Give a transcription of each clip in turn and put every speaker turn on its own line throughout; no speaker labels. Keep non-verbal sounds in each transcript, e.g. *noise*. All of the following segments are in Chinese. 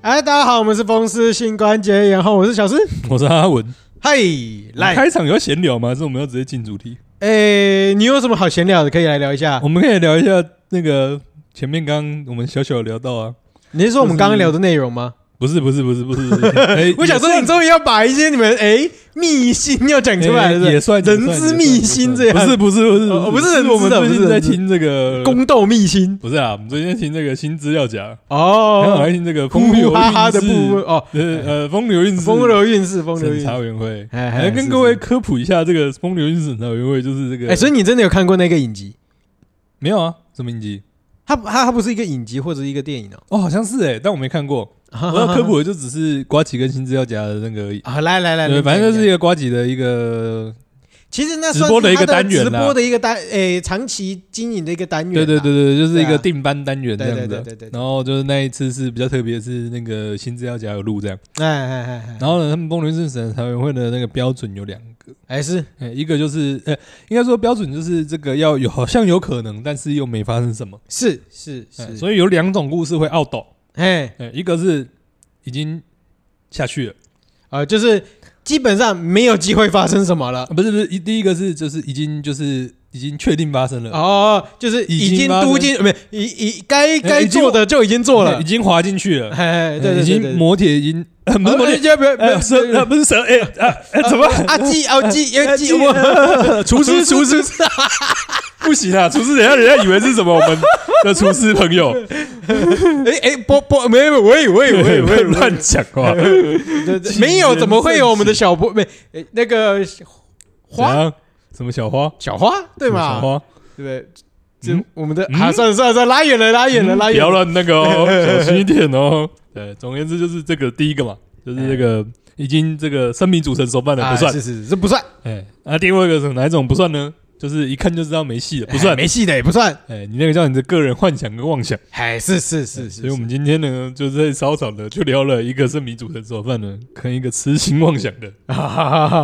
嗨，哎大家好，我们是风湿性关节炎后，我是小诗。
*laughs* 我是阿文。
嗨，来，
开场有闲聊吗？还是我们要直接进主题？
诶、哎你有什么好闲聊的，可以来聊一下
我。们可以聊一下那个前面刚我们小小聊到啊，
你是说我们刚刚聊的内容吗？
不是不是不是不是，不是
*laughs*
哎
我想说，
也
你终于要把一些你们诶、秘辛要讲出来了，
哎也
是
算
人之秘辛这样
不是不是不是
哦不是人
是
之的
我们最
不是
近在
人之
听这
不
个
是宫斗秘辛
不是啊，我们最近在听这个新资料夹，然后还
哦，
在听这个
呼
风流
呼哈
韵
哈的
事
部分哦，
呃呃风流韵事
风流韵事，风流
审
韵事
查。委员会，
哎哎
来
是
跟
是
各位呃科普一下这个风流韵事审查委员会就是这
哎、
个，
所以你真的有看过那个影集？
没有啊，什么影集？
它它它不是一个影集或者一个电影哦。
哦，好像是哎，但我没看过。
*laughs*
我要科普的就只是瓜吉跟新资料夹的那个而已，
啊，来来来，
对，
你
反正
讲
就
一
是
讲
一个瓜吉的一个，
其实那
直
算
播
是
的一
它
个单元
直
啦
播的一个单诶、长期经营的一个单元。
对对对，对，就是
对
一个
啊
定班单元这样
对
子
对对对对
的。
对
然后就是那一次是比较特别，是那个新资料夹有录这样。
哎哎哎哎，
然后呢，他们风流是审查委员会的那个标准有两个，
还是
哎一个就是呃，应该说标准就是这个要有好像有可能，但是又没发生什么，
是是
哎
是，
所以有两种故事会懊斗，
哎
哎，一个是已经下去了，
啊，就是基本上没有机会发生什么了
啊。不是不是，一第一个是就是已经就是已经确定发生了。
哦，就是
已
已经
经发生
都经，呃不是，已已该
哎
该
已经
做的就已经做
对
了
哎已，经滑进去了，
哎，哎对对对对哦哎
已经
对，
磨铁已经呃不是磨铁，
不要不
呃
要
蛇呃不是蛇，哎啊哎怎么办
啊鸡啊
*laughs*
鸡啊鸡，
鸡
我
*laughs*
*laughs*
厨师厨师不行啊，厨师等一下人家以为是什么我们的厨师
*laughs*
朋友，
哎哎波波没有喂喂喂喂，
哎 *laughs* 乱讲话，
哎对对没有怎么会有我们的小波没哎那个
怎
花
样什么小花
小花对
小
吗？
花
对不对？这
嗯
我们的
嗯
啊，算了算了算了，拉远了拉远了
嗯
拉
不
远
要
了，
乱那个
*laughs*
哦，小心一点哦。对，总而言之就是这个第一个嘛，就是这个已经这个生米煮成熟饭了，
哎啊
不算
是。是是，这不算，
哎，那第二个是哪一种不算呢？就是一看就知道没戏了，不算
哎。没戏的也不算，
哎，你那个叫你的个人幻想跟妄想。
哎是是是是，
所以，我们今天呢，就在稍早的就聊了一个是民主的手饭呢，跟一个痴心妄想的，哎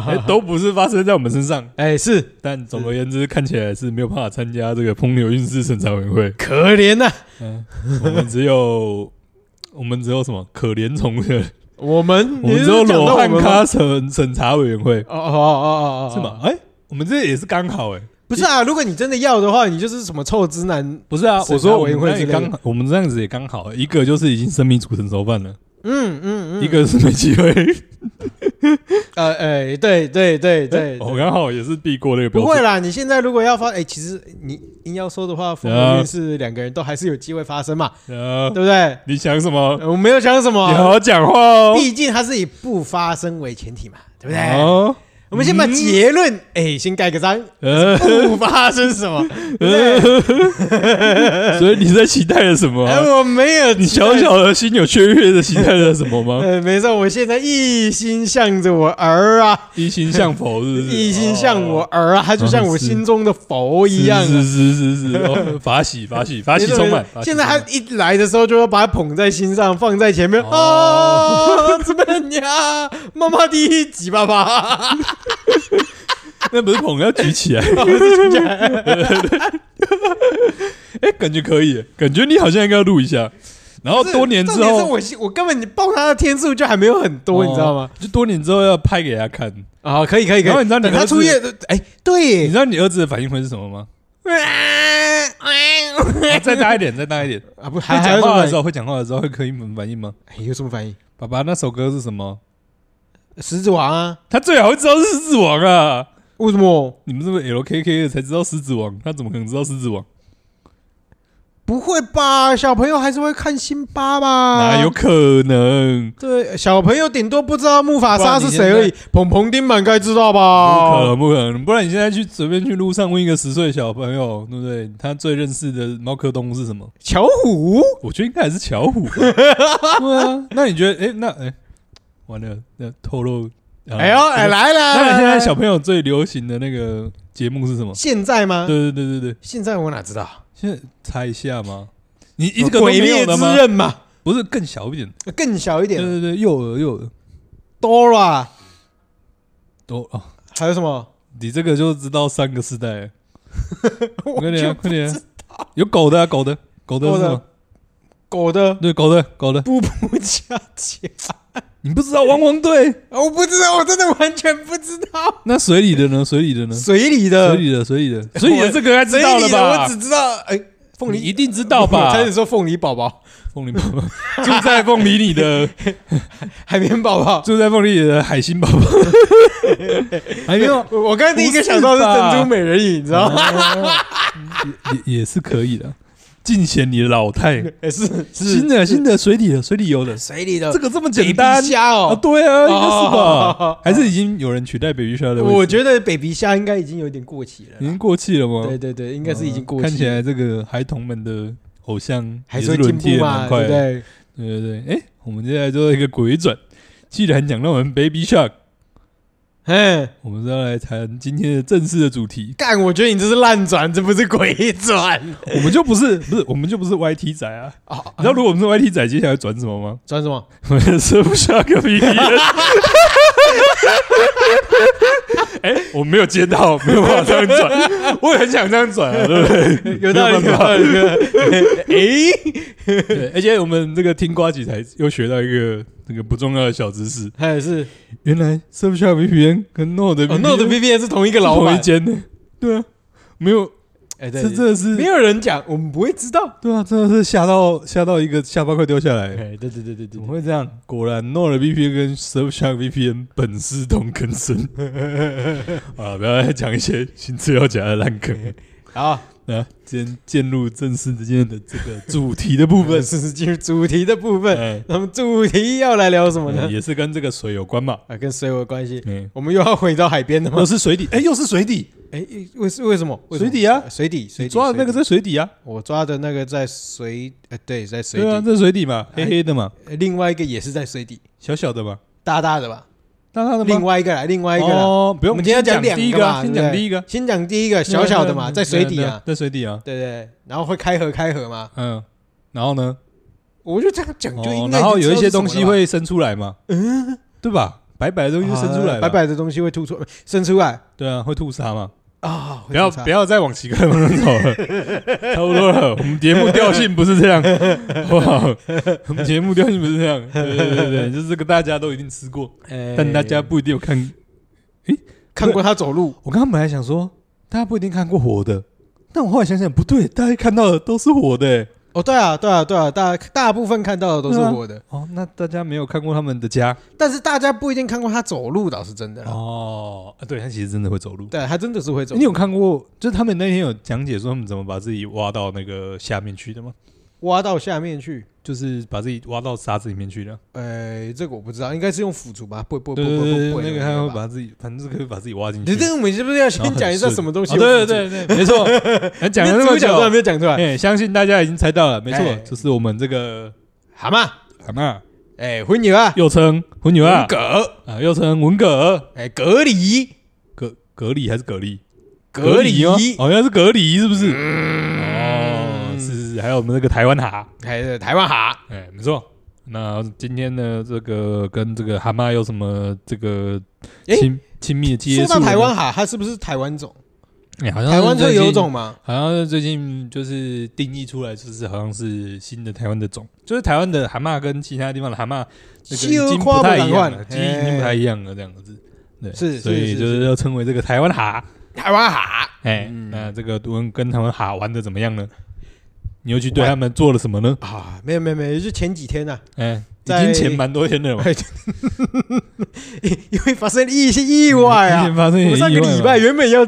哎
都不是发生在我们身上。
*laughs* 哎是
但总而言之，看起来是没有办法参加这个风流韵事审查委员会。
可怜呐，
嗯，我们只有我们只有什么可怜虫的， *laughs*
我们
我
你
们
是
只有
讲到
裸
我
汉
们
咖
吗
审审查委员会
哦哦哦哦哦，
是吗？？哎，我们这也是刚好哎，
不是啊，如果你真的要的话，你就是什么臭直男，
不是啊，
审
我
查
说我
委员
们
会
这样也
之类的
刚好，我们这样子也刚好，一个就是已经生米煮成熟饭了，
嗯嗯嗯，
一个是没机会。
呃哎对对对对，
*laughs* 我
对
刚好也是避过那个标
不
准。
会啦，你现在如果要发，哎其实你硬要说的话，风
啊
流韵事两个人都还是有机会发生嘛，
呃
对不对？
你想什么？
呃我没有讲什么
你，好好讲话哦。
毕竟它是以不发生为前提嘛，对不对？
哦，
我们先把结论，哎、先盖个章，
呃，
不发生什么，
嗯
对不对？
哦所以你在期待了什么
哎、
啊？
我没有，
你小，小的心有雀跃的期待了什么吗？
呃，没错，我现在一心向着我儿啊，
一心向佛是不是？
一心向我儿啊，他就像我心中的佛
哦
一样、
是
啊。
是是是是，哦法喜法喜法
而
喜充满。法喜
现在他
充满
一来的时候，就要把他捧在心上，放在前面、
哦
啊，怎么样？妈妈第一集爸
*laughs*
爸，
那不是捧要举起来？
*laughs*
哎，感觉可以，感觉你好像应该要录一下。然后多年之
重点是
后，
我心我根本你抱他的天数就还没有很多，你知道吗？
哦？就多年之后要拍给他看。
啊，可以可以可以。
然后你知道你
等他
儿子
出院，哎，对
你知
耶，
道你儿子的反应会是什么吗？啊再大一点，再大一点。
啊不，还
会
还有什
讲
么
话的
反
时
应？
候，会讲话的时候会可以反应吗？
哎有什么反应？
爸爸，那首歌是什么？
狮子王啊？
他最好会知道是狮子王啊！
为什么？
你们这么 LKK 的才知道狮子王，他怎么可能知道狮子王？
不会吧？小朋友还是会看辛巴吧？
哪有？可能？
对，小朋友顶多不知道木法沙是谁
不
而
然你
已。彭彭丁满该知道
不可
吧？
能，不可能！不然你现在去随便去路上问一个十岁的小朋友，对不对？他最认识的猫科动物是什么？
巧虎
我觉得应该还是巧虎
*laughs*
吧。对啊，那你觉得？哎、那哎、完了，那透露。啊
哎呦，哎，来了！
那你现
来
在
了
小朋友最流行的那个节目是什么？
现在吗？
对对对对对，
现在我哪知道？
现在猜一下嘛，你一个都
鬼
没
灭之
有的吗？嗯
刃嘛，
不是更小一点？
更小一
对
点
对对，幼儿幼儿
，Dora
都哦，
还有什么？
你这个就知道三个世 *laughs* 代，
我
快点啊
就
快点啊，有狗的啊狗的狗的是什么？
狗的
对，狗的
*laughs*
狗的，
步步加强。
你不知道汪汪队？
我不知道，我真的完全不知道。
那水里的呢？水里的呢？
水里的
水，里的，水里的，水里的呃这个该知道
水
了
里的
吧
我？只知道，哎，凤
你
梨
一定知道吧
我？开始说凤梨宝宝、 *laughs*
凤梨宝 *laughs* 宝住在凤梨里的，
海绵宝宝。
住在凤梨里的海星宝 *laughs* 宝，还
没
有
有，我我刚才第一个想到是
不是吧啊
珍珠美人鱼，你知道吗？
也也是可以的，尽显你的老态。
也是
新的新的水里的水里游的，
水里的
这个这么简单
baby 虾
啊？
哦。
对啊，应该是吧
哦？ *laughs*
还是已经有人取代 baby shark 的位置？
我觉得北鼻虾应该已经有点过期了
已
啦。
经过气了吗？
对对对，应
应
该是已经过期了。
嗯啊看起来这个孩童们的偶像
还
也
是
是
会
轮
进
替
步
得
嘛，
蛮快
对不
的。
对？
对对对，哎，我们接下来做一个鬼转。既然讲到我们 baby shark，
嗯，
我们就要来谈今天的正式的主题。
*laughs* 干，我觉得你这是烂转，这不是鬼转。 *laughs*
我们就不是不是我们就不是 YT 仔啊！
哦，
你知道如果我们是 YT 仔，接下来转什么吗？
转什么？
*laughs* 我们是不需要个 VPN。哎、我没有接到，没有办法这样转，我也很想这样转 *laughs* 啊，对不对？
有道理，
没
有
有
道
办
理。 *laughs* 哎，
法对，而且我们这个听瓜几台又学到一个这个不重要的小知识，
还是
原来 s u b s h a r VPN 跟 Node
哦
VPN
，Note VPN 是同一个
是
老
同一
板，
间呢，对啊，没有，
哎，对
这，真的是
没有人讲，我们不会知道。
对啊，真的是吓到吓到一个下巴快掉下来。
哎，对对对对
怎
对
么，会这样？果然 Nord VPN 跟 Surfshark VPN 本是同根
*laughs*
生啊！不要再讲一些新资料夹的烂梗。
好，
啊，今天进入正式今天的这个主题的部
我 *laughs* 们
分，
是不是进入主题的部分。
哎，
那么主题要来聊什么呢
嗯？也是跟这个水有关嘛。
啊，跟水有关系。
嗯，
我们又要回到海边的吗
又？是水底，哎，又是水底，
哎，为是为什么？为什么
水底啊
水底，水
你
底
抓的那个
水底
在水底啊？
我抓的那个在水，呃，对，在水
对啊，
底。
在水底嘛，黑
哎
黑的嘛，
呃另外一个也是在水底，
小小的嘛，
大大的吧？
大大的
另
嘛。
外一个啦，另外一个啦。
哦，不用，
我们今天
先
讲两
第一
个
个啊，
嘛对
先
不
讲
对
第一个，
先讲第一个小小的嘛，在水底啊，
对，对对在水底啊，
对对对。然后会开合开合嘛，
嗯，然后呢？
我就这样讲就
哦
应该。
然后有一些东西会生出来嘛，嗯，啊对吧？白白的东西就生出来了，
白白的东西会吐出生出来
对啊，会吐沙嘛。
啊！
不要不要再往奇怪的方向走了，差不多了。我们节目调性不是这 *laughs* 样，好不好？我们节目调性不是这样，对对对对， *laughs* 就是这个大家都一定吃过，
要
但大家不一定有看。
看过他走路，
我刚刚本来想说，大家不一定看过活的，但我后来想想不对，大家看到的都是活的、欸。
哦，对啊，对啊，对啊，大大部分看到的都是
对啊
活的，
哦，那大家没有看过他们的家
但是大家不一定看过他走路，倒是真的啦。
哦，啊对，他其实真的会走路。
对，他真的是会走
你。有看过？就是他们那天有讲解说他们怎么把自己挖到那个下面去的吗？
挖到下面去。
就是把自己挖到沙子里面去的。
呃，这个我不知道，应该是用辅助吧？不不不
对
不
对对
不
对，
不，
那个他会
吧？
把自己，反正可以把自己挖进去。
你这个我们是不是要
然
先
后
讲一下
很顺
什么东西
哦
有辅助？
对对对对，没错。
*laughs*
哎讲了那么
主角都还
久，
没有讲出来，
哎，相信大家已经猜到了，没错
哎，
就是我们这个
蛤蟆，
蛤蟆，
哎，混牛啊，
又称魂女啊
文，蛤，
啊，又称文蛤，
哎，蛤蜊，
蛤蛤蜊还是蛤蜊？
蛤
吗
蜊，嗯
哦，应该是蛤蜊，是不是？哦，是是，是还有我们那个台湾蛤。
还是台湾蛤，
哎，没错。那今天呢，这个跟这个蛤蟆有什么这个
哎
亲亲密的接
说
触？
到台湾，蛤，它是不是台湾种？
哎，好像
台湾
是
特
最
有
近，
种吗？
好像是最近就是定义出来，就是好像是新的台湾的种，就是台湾的蛤蟆跟其他地方的蛤蟆这个
西
已
欧
经
花
不
不
太
敢
一样了，
换，
基因已经不太一样了，这样子。对，
哎是是
所以
是
就是要称为这个台湾蛤。
台湾蛤，
哎，
嗯
那这个我们跟台湾蛤玩的怎么样呢？你又去对
玩
他们做了什么呢？
啊，没有没有没有，就前几天呐、啊
哎，已
在
经前蛮多天了嘛，
*laughs* 因为发生一些意外
之 *laughs*
啊
前，发生
我
一些
们上个
意外嘛
礼拜原本要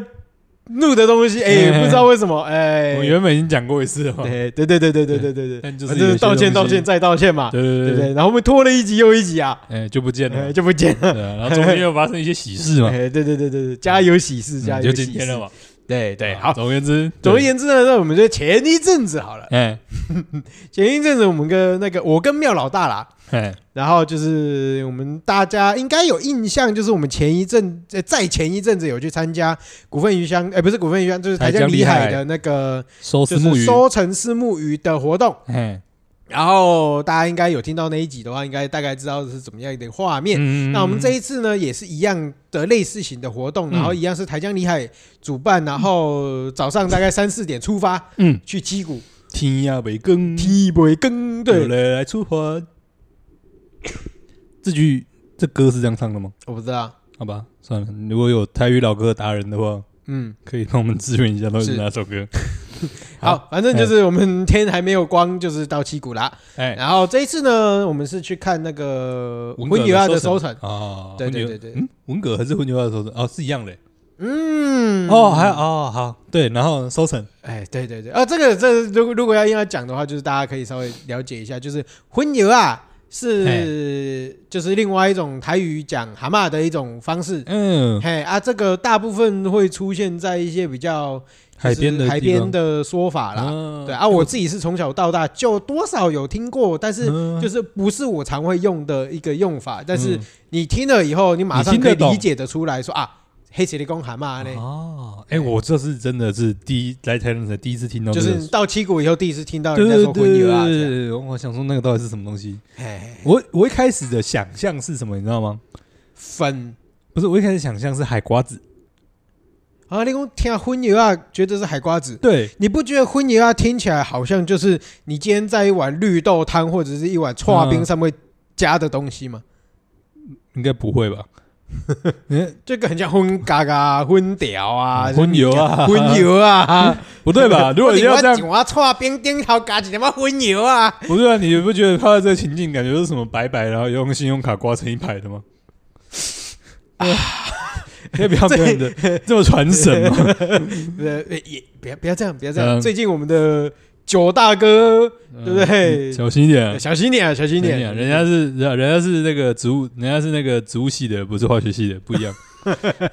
录的东西，哎、
哎
不知道为什么，哎、
我原本已经讲过一次了嘛，对
对对对对对对对对对，
但就是
反正
有些
道歉
东
道
西
歉再道歉嘛，对
对
不
对，
对？然后我们拖了一集又一集啊，
哎，就不见
哎
了，
就不见了。*laughs*
对啊，然后中间又发生一些喜事嘛，
哎，对对对对对，家有喜事，家
嗯
有
就
喜
今天了
事。
嘛，
对对，
啊
好。
总而言之，对
总而，言之呢，那我们就前一阵子好了，
哎
前一阵子我们跟那个我跟妙老大啦，
哎，
然后就是我们大家应该有印象，就是我们前一阵呃再前一阵子有去参加股份鱼乡，哎，不是股份鱼乡，就是台江里海的那个
收
就
丝木
是
鱼，
收成私募鱼的活动。
哎，
然后大家应该有听到那一集的话，应该大概知道是怎么样一个画面。
嗯
那我们这一次呢，也是一样的类似型的活动，然后一样是台江里海主办，然后早上大概三四点出发
嗯
去七股，
天呀未更，
踢尾更
对
嗯对，
来来出发。这句这歌是这样唱的吗？
我不知道，
好吧，算了。如果有台语老歌达人的话，
嗯，
可以帮我们支援一下到底是
是
哪首歌。
好，哎反正就是我们天还没有光，就是到七谷啦。
哎，
然后这一次呢，我们是去看那个《文
革
女二》的收
收
成，
啊，
对
文
对
革
对对
嗯，文革还是文革的收成哦，是一样的。
嗯，
哦，还哦好，对，然后收成
哎，对对对，啊，这个这如果如果要硬要讲的话，就是大家可以稍微了解一下，就是荤油啊，是就是另外一种台语讲蛤蟆的一种方式。
*laughs* 嗯，
嘿啊，这个大部分会出现在一些比较就是
海边的
海边的说法啦。
啦
对啊，我自己是从小到大就多少有听过，但是
嗯
就是不是我常会用的一个用法。但是
嗯
你听了以后，你马上
你
可
听
以
得懂
理解得出来说啊，黑水的公蛤蟆呢，
哦，哎，我这是真的是第一来台湾才第一次听到这
就
个，
是到七股以后第一次听到
对
人家
对
说
对
荤油啊。这
对
样
对，我想说那个到底是什么东西？
哎，
我我一开始的想象是什么，你知道吗？
粉
不是，我一开始想象是海瓜子，
啊，你讲听荤油啊，觉得是海瓜子。
对，
你不觉得荤油啊听起来好像就是你今天在一碗绿豆汤或者是一碗刨
嗯
冰上面加的东西吗？
应该不会吧？嗯，
这个很像荤嘎
*laughs*
嘎、荤屌啊、
荤油啊
荤油啊。
*laughs* 不
*laughs*
对吧？如果你要这样，
我炒啊冰顶头加一点仔荤油啊，
*laughs* 不对啊，你不觉得泡在这个情境，感觉是什么白白，然后用信用卡刮成一排的吗？
啊
*laughs* 要不要这
*laughs*
样的 *laughs* 这么传神吗？
呃，也不要不要这样，不要这样。
嗯
最近我们的九大哥，对不对哎
嗯小心一点啊，
小心点啊，小心
小心一
点
点啊，，人家是人人家是那个植物，人家是那个植物系的，不是化学系的，不
*laughs*
一样。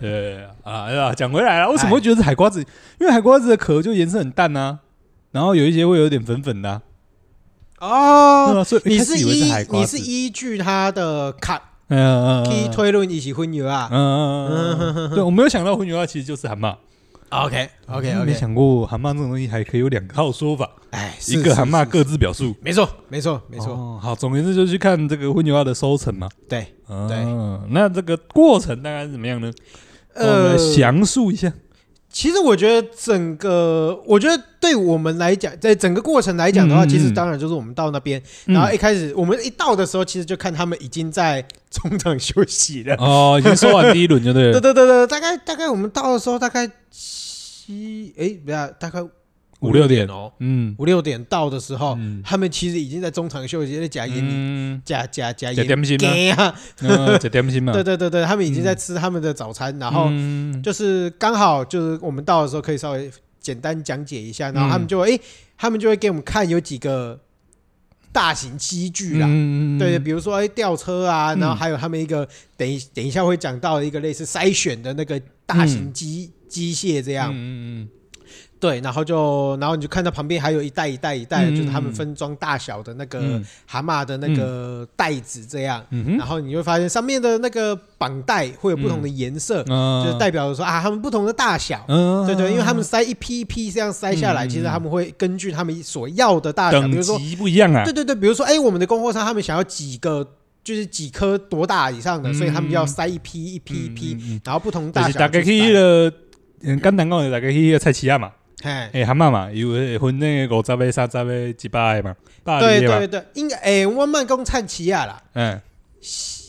呃啊啊，讲回来
哎
了，为什么会觉得是海瓜子？因为海瓜子的壳就颜色很淡啊，然后有一些会有点粉粉的啊、对
哦。
啊，所以
你
一开始以为
依
是海瓜
你
子
是，依据他的卡
嗯嗯嗯
去
嗯
推论啊一起荤油啊
嗯嗯嗯嗯，对，我没有想到红牛蛙其实就是蛤蟆。
？OK OK
嗯没
OK，
想过蛤蟆这种东西还可以有两套说法，
哎，是
一个蛤蟆，
是是
各自表述。
没错没错没错，
哦，好，总而言之就去看这个灰牛蛙的收成嘛。
对，
嗯
对，
那这个过程大概是怎么样呢？我们
呃
来，详述一下。
其实我觉得整个，我觉得对我们来讲，在整个过程来讲的话，
嗯嗯
其实当然就是我们到那边，
嗯
然后一开始我们一到的时候，其实就看他们已经在中场休息了。
哦，已经说完第一轮就
啊 *laughs*
对
对
了，
对对对，大概大概我们到的时候大概七哎，不要大概
五六点。
哦，
嗯，
五六点到的时候
嗯，
他们其实已经在中场休息，在夹烟泥
嗯，
夹夹夹
吃
烟
点心嘛，
干啊，
嗯，吃点心嘛。
对对对对，他们已经在吃他们的早餐，然后
嗯
就是刚好就是我们到的时候可以稍微简单讲解一下，然后
嗯
他们就会诶，他们就会给我们看有几个大型机具啦。
嗯
对，比如说哎，吊车啊，
嗯
然后还有他们一个等一等一下会讲到的一个类似筛选的那个大型机机械这
这
样，
嗯嗯嗯
对，然后就然后你就看到旁边还有一袋一袋一袋，
嗯
就是他们分装大小的那个
嗯
蛤蟆的那个袋子这样，
嗯
然后你会发现上面的那个绑带会有不同的颜色，
嗯
就是代表说啊，他们不同的大小。
嗯
对对，因为他们塞一批一批这样塞下来，
嗯
其实他们会根据他们所要的大小，比
等
如说，
级不一样啊
对。对对，比如说，哎，我们的供货商他们想要几个，就是几颗多大以上的，
嗯
所以他们要塞一批一批一批，
嗯，嗯嗯
然后不同
就
大
是
小
大概
去
去迄
塞。
个，嗯，简单讲就大概去迄个菜市啊嘛，
哎，
诶，蛤蟆嘛，伊有会分那个五十个、三十个、一百个嘛，百
对
个
对
嘛
对，对，应该哎，万曼工灿奇亚啦，
嗯，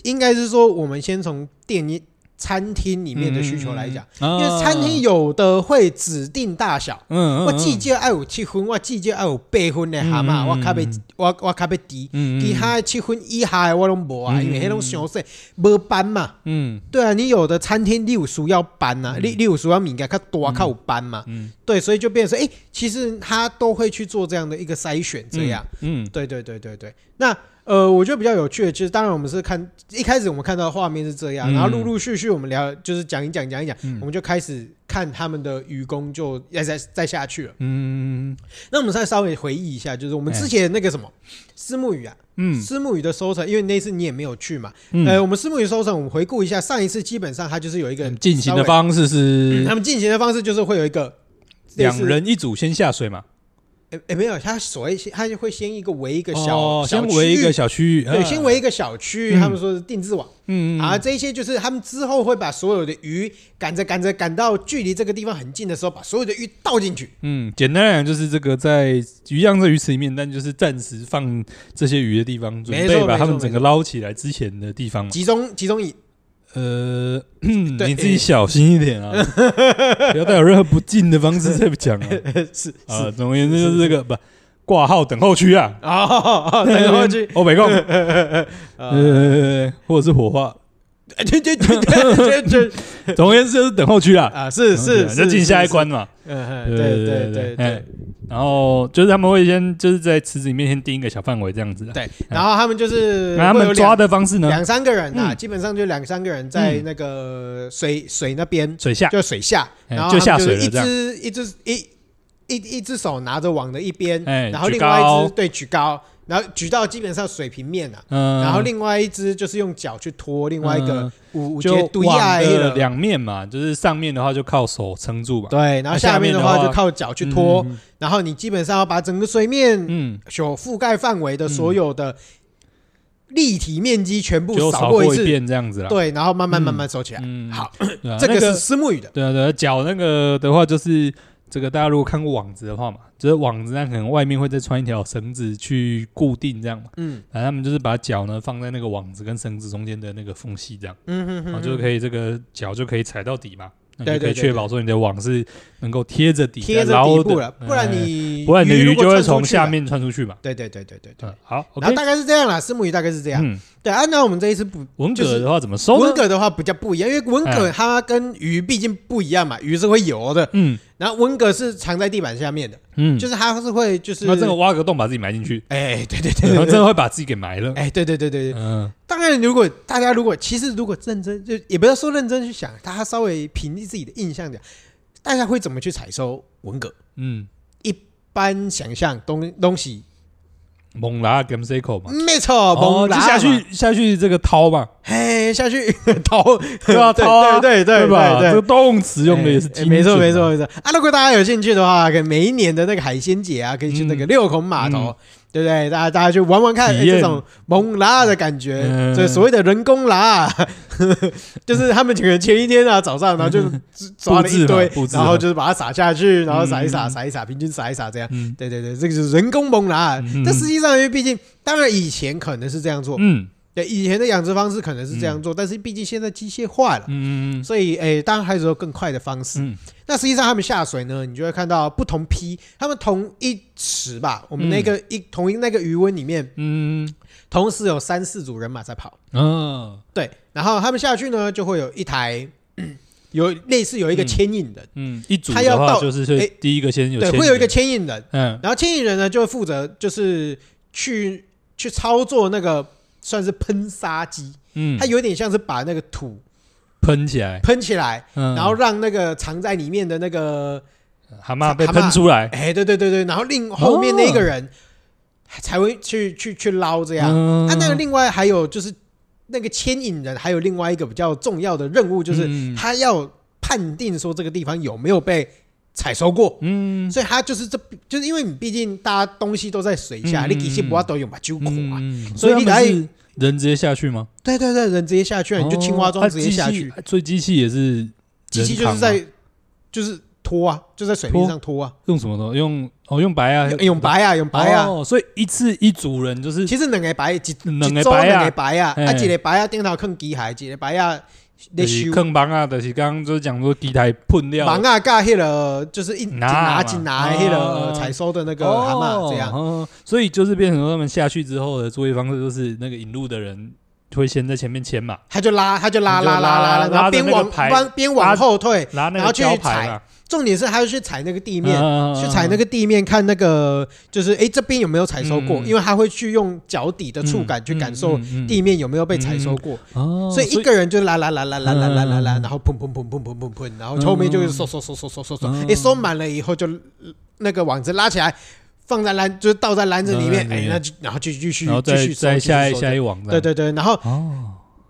应该是说我们先从店一餐厅里
里
面的需求来讲，，
因
因为餐厅，有的会指定大小。
嗯嗯，嗯
我至，少爱有七分，我至少爱有八分的蛤蟆，
嗯嗯
我较
嗯
袂我我较袂低，
嗯
其，他的七分以下的我拢无啊，
嗯
因为迄种伤势无班嘛。
嗯
对啊，你有的餐厅你有需要班呐、啊，你你有需要物件较大较有班嘛，
嗯，
对，所以就变成说，哎、其实他都会去做这样的一个筛选，这样。，
嗯，
对对对对对。那呃，我觉得比较有趣的，就是当然我们是看一开始我们看到的画面是这样，
嗯
然后陆陆续续我们聊，就是讲一讲讲一讲，
嗯
我们就开始看他们的愚公就要再再下去了。
嗯
那我们再稍微回忆一下，就是我们之前那个什么私募鱼啊，
哎嗯
私募鱼的收成，因为那次你也没有去嘛。
嗯，
呃，我们私募鱼收成，我们回顾一下，上一次基本上它就是有一个
嗯进行
稍
的
微，
方式
他
是
们进行的方式就是会有一个类似
两人一组先下水嘛，
哎哎没有，它所谓它就会先一个围一个小，
哦
小
先围一
区域
个小区域，
对，
啊
先围一个小区，
嗯
他们说是定制网，
嗯嗯
啊，这些就是他们之后会把所有的鱼赶着赶着赶到距离这个地方很近的时候，把所有的鱼倒进去。
嗯，简单来讲就是这个在鱼样在鱼池里面，但就是暂时放这些鱼的地方，准
没错
备把它
没
们
错
整个捞起来之前的地方嘛。
集中集中
*laughs*
营， *laughs*
呃，你
对
自己小心一
*laughs*
点啊，不要带有任何不敬的方式在讲啊。
是
啊，总而言之就是这个不挂号等候区啊，
哦， *laughs* 等过去，
欧北贡，呃，或者是火化，
哎对对对对对对
总而言之就是等候区啊，
啊，是 *laughs* 是，
*laughs* 就是进下一
是，
关嘛。
是嗯，嗯对对对对
哎然后就是他们会先就是在池子里面先定一个小范围这样子啊，
对，然后他们就是
那他
会有
们抓
两
的方式呢，
两三个人啊，
嗯
基本上就两三个人在那个水水那边，
水下
就水下，
哎
然后
就下
他们
水
是
了这样
一只一只一一一只手拿着网的一边，
哎
然后
举
另外一
高
只对举高，然后举到基本上水平面啊。
嗯，
然后另外一只就是用脚去拖另外一个
嗯
五五
就
节堆
网
啊
的
了，
两面嘛，就是上面的话就靠手撑住吧，
对，然后
啊
下
下
面
面
的
的
话
话
就靠脚去拖，然后你基本上要把整个水面
嗯，
所覆盖范围的所有的立体面积全
嗯，
部
就
扫
扫
过
过
一
一
次，
遍这样子啦。
对，然后慢慢
嗯
慢慢收起来。
嗯，
好，
对啊，
这个
那
是私募语的，
对啊，对啊，脚那个的话就是这个，大家如果看过网子的话嘛，就是网子那可能外面会再穿一条绳子去固定这样嘛，
嗯
然后他们就是把脚呢放在那个网子跟绳子中间的那个缝隙这样，
嗯哼
然后
哼，
就
哼
可以这个脚就可以踩到底嘛，那
对
你就可
对对
以确保说你的网是能够贴着底在
贴着
捞
底
的
部了，不然
哎
你
不然你的
鱼
鱼
如果
就会
穿出
从
去
下
了。
面穿出去嘛。
对对对对对对。
嗯，好
然
，OK
后。大概是这样啦，私母鱼大概是这样。
嗯，
对啊，那我们这一次不
文
就是
蛤的话怎么收
文
呢？
蛤的话比较不一样，因为文蛤
哎
它跟鱼毕竟不一样嘛，鱼是会游的，
嗯
然后文蛤是藏在地板下面的，
嗯，
就是它是会就是
那这个挖个洞把自己埋
*laughs*
进去，
哎，对对
然
对
后
对
真
对，
的会把自己给埋了。
哎，对对对对对。
嗯，
当然，如果大家如果其实如果认真，就也不要说认真去想，大家稍微凭自己的印象讲，大家会怎么去采收文蛤？
嗯，
般想象东东西，
猛拉 g a m s e c o 嘛，
没错，
哦
猛
就
拉
下
嘛
去下去这个掏嘛，
嘿，下去 *laughs* 掏，
*laughs* 对吧？掏啊
对对对
吧？
对
这个动词用的也是
哎哎
精
没错
准
没
嘛
错，没错啊！如果大家有兴趣的话，可以每一年的那个海鲜节啊，可以去那个六孔码头，对不对？大家大家去玩玩看，
嗯体
哎
验
这种蒙拉的感觉，
嗯
这所谓的人工拉 *laughs* 啊，就是他们可能前一天啊早上，然后就抓了一堆
嗯布，置嘛
然后就是把它撒下去，然后撒一撒，
嗯
撒一撒，平均撒一撒这样。
嗯
对对对，这个就是人工蒙拉
嗯。
但实际上，因为毕竟，当然以前可能是这样做，
嗯
对以前的养殖方式可能是这样做，但是毕竟现在机械化了，
嗯嗯
所以诶，当然还有有更快的方式。
嗯
那实际上他们下水呢，你就会看到不同批，他们同一池吧，我们那个、一同一那个余温里面，
嗯
同时有三四组人马在跑。
嗯啊
对，然后他们下去呢，就会有一台。 *clears throat* 有类似有一个牵引人，
嗯，一组
他要
的话
到
就是
哎
是第一个嗯先有
对，
牵
会有一
引
个
的
牵引人，
嗯
然后牵引人呢就会负责就是去去操作那个算是喷砂机，
嗯
它，有点像是把那个土
喷起来，
喷起来，
嗯，
然后让那个藏在里面的那个，
蛤蟆被
蛤蟆
喷出来，
哎，对对对对，然后另后面那一个人才会去去去捞这
对
样。
哦嗯
啊，那个另外还有就是那个牵引人，还有另外一个比较重要的任务，就是
嗯
他要判定说这个地方有没有被采收过。
嗯
所以他就是这，就是因为你毕竟大家东西都在水下，
嗯
你其实不要都有把酒苦啊。
嗯
所以你
他
来
们是人直接下去吗？
对对对，人直接下去，你就青蛙装
哦
直接下，去
啊，机器所以机器也是
机器
人
就
扛
是
吗
在就是拖啊，就在水面上拖啊，
用什么东西？用哦，用白啊，
用用白啊，用白啊。
哦，所以一次一组人就是
其实两个白，一一
两个
组
白
两个
啊，
白啊，
嘿
啊一个白啊顶头放机械，一个白啊咧
就是
收
坑帮啊，就是刚刚就是讲说机台喷掉
忙啊，甲迄个就是一一
拿
拿
啊
一拿迄个
啊
呃采收的那
那
个蛤蟆这样。
样，哦所以就是变成说他们下去之后的作业方式就是那个引路的人会先在前面牵嘛，
他就拉，他就拉
他就
拉
拉
拉拉拉，
拉
然后边
着那个
往
牌
边边往
拉
后退。
拿那
然后
个
去
胶牌嘛，
重点是还要去踩那个地面，
嗯
去踩那个地面看那个就是诶这边有没有采收过，
嗯
因为他会去用脚底的触感去感受地，面有没有被采
嗯
收过。
哦
所以一个人就拉拉拉拉拉拉拉拉拉，然后砰砰砰砰砰砰砰，然后后面就是
嗯
收收收收收收收，哎，收满了以后就那个网子拉起来，放在篮就是倒在篮子里面，哎，那就然后就继续
嗯然后
继
再
续
再下一下
一，
一网，
对对对，然后
哦，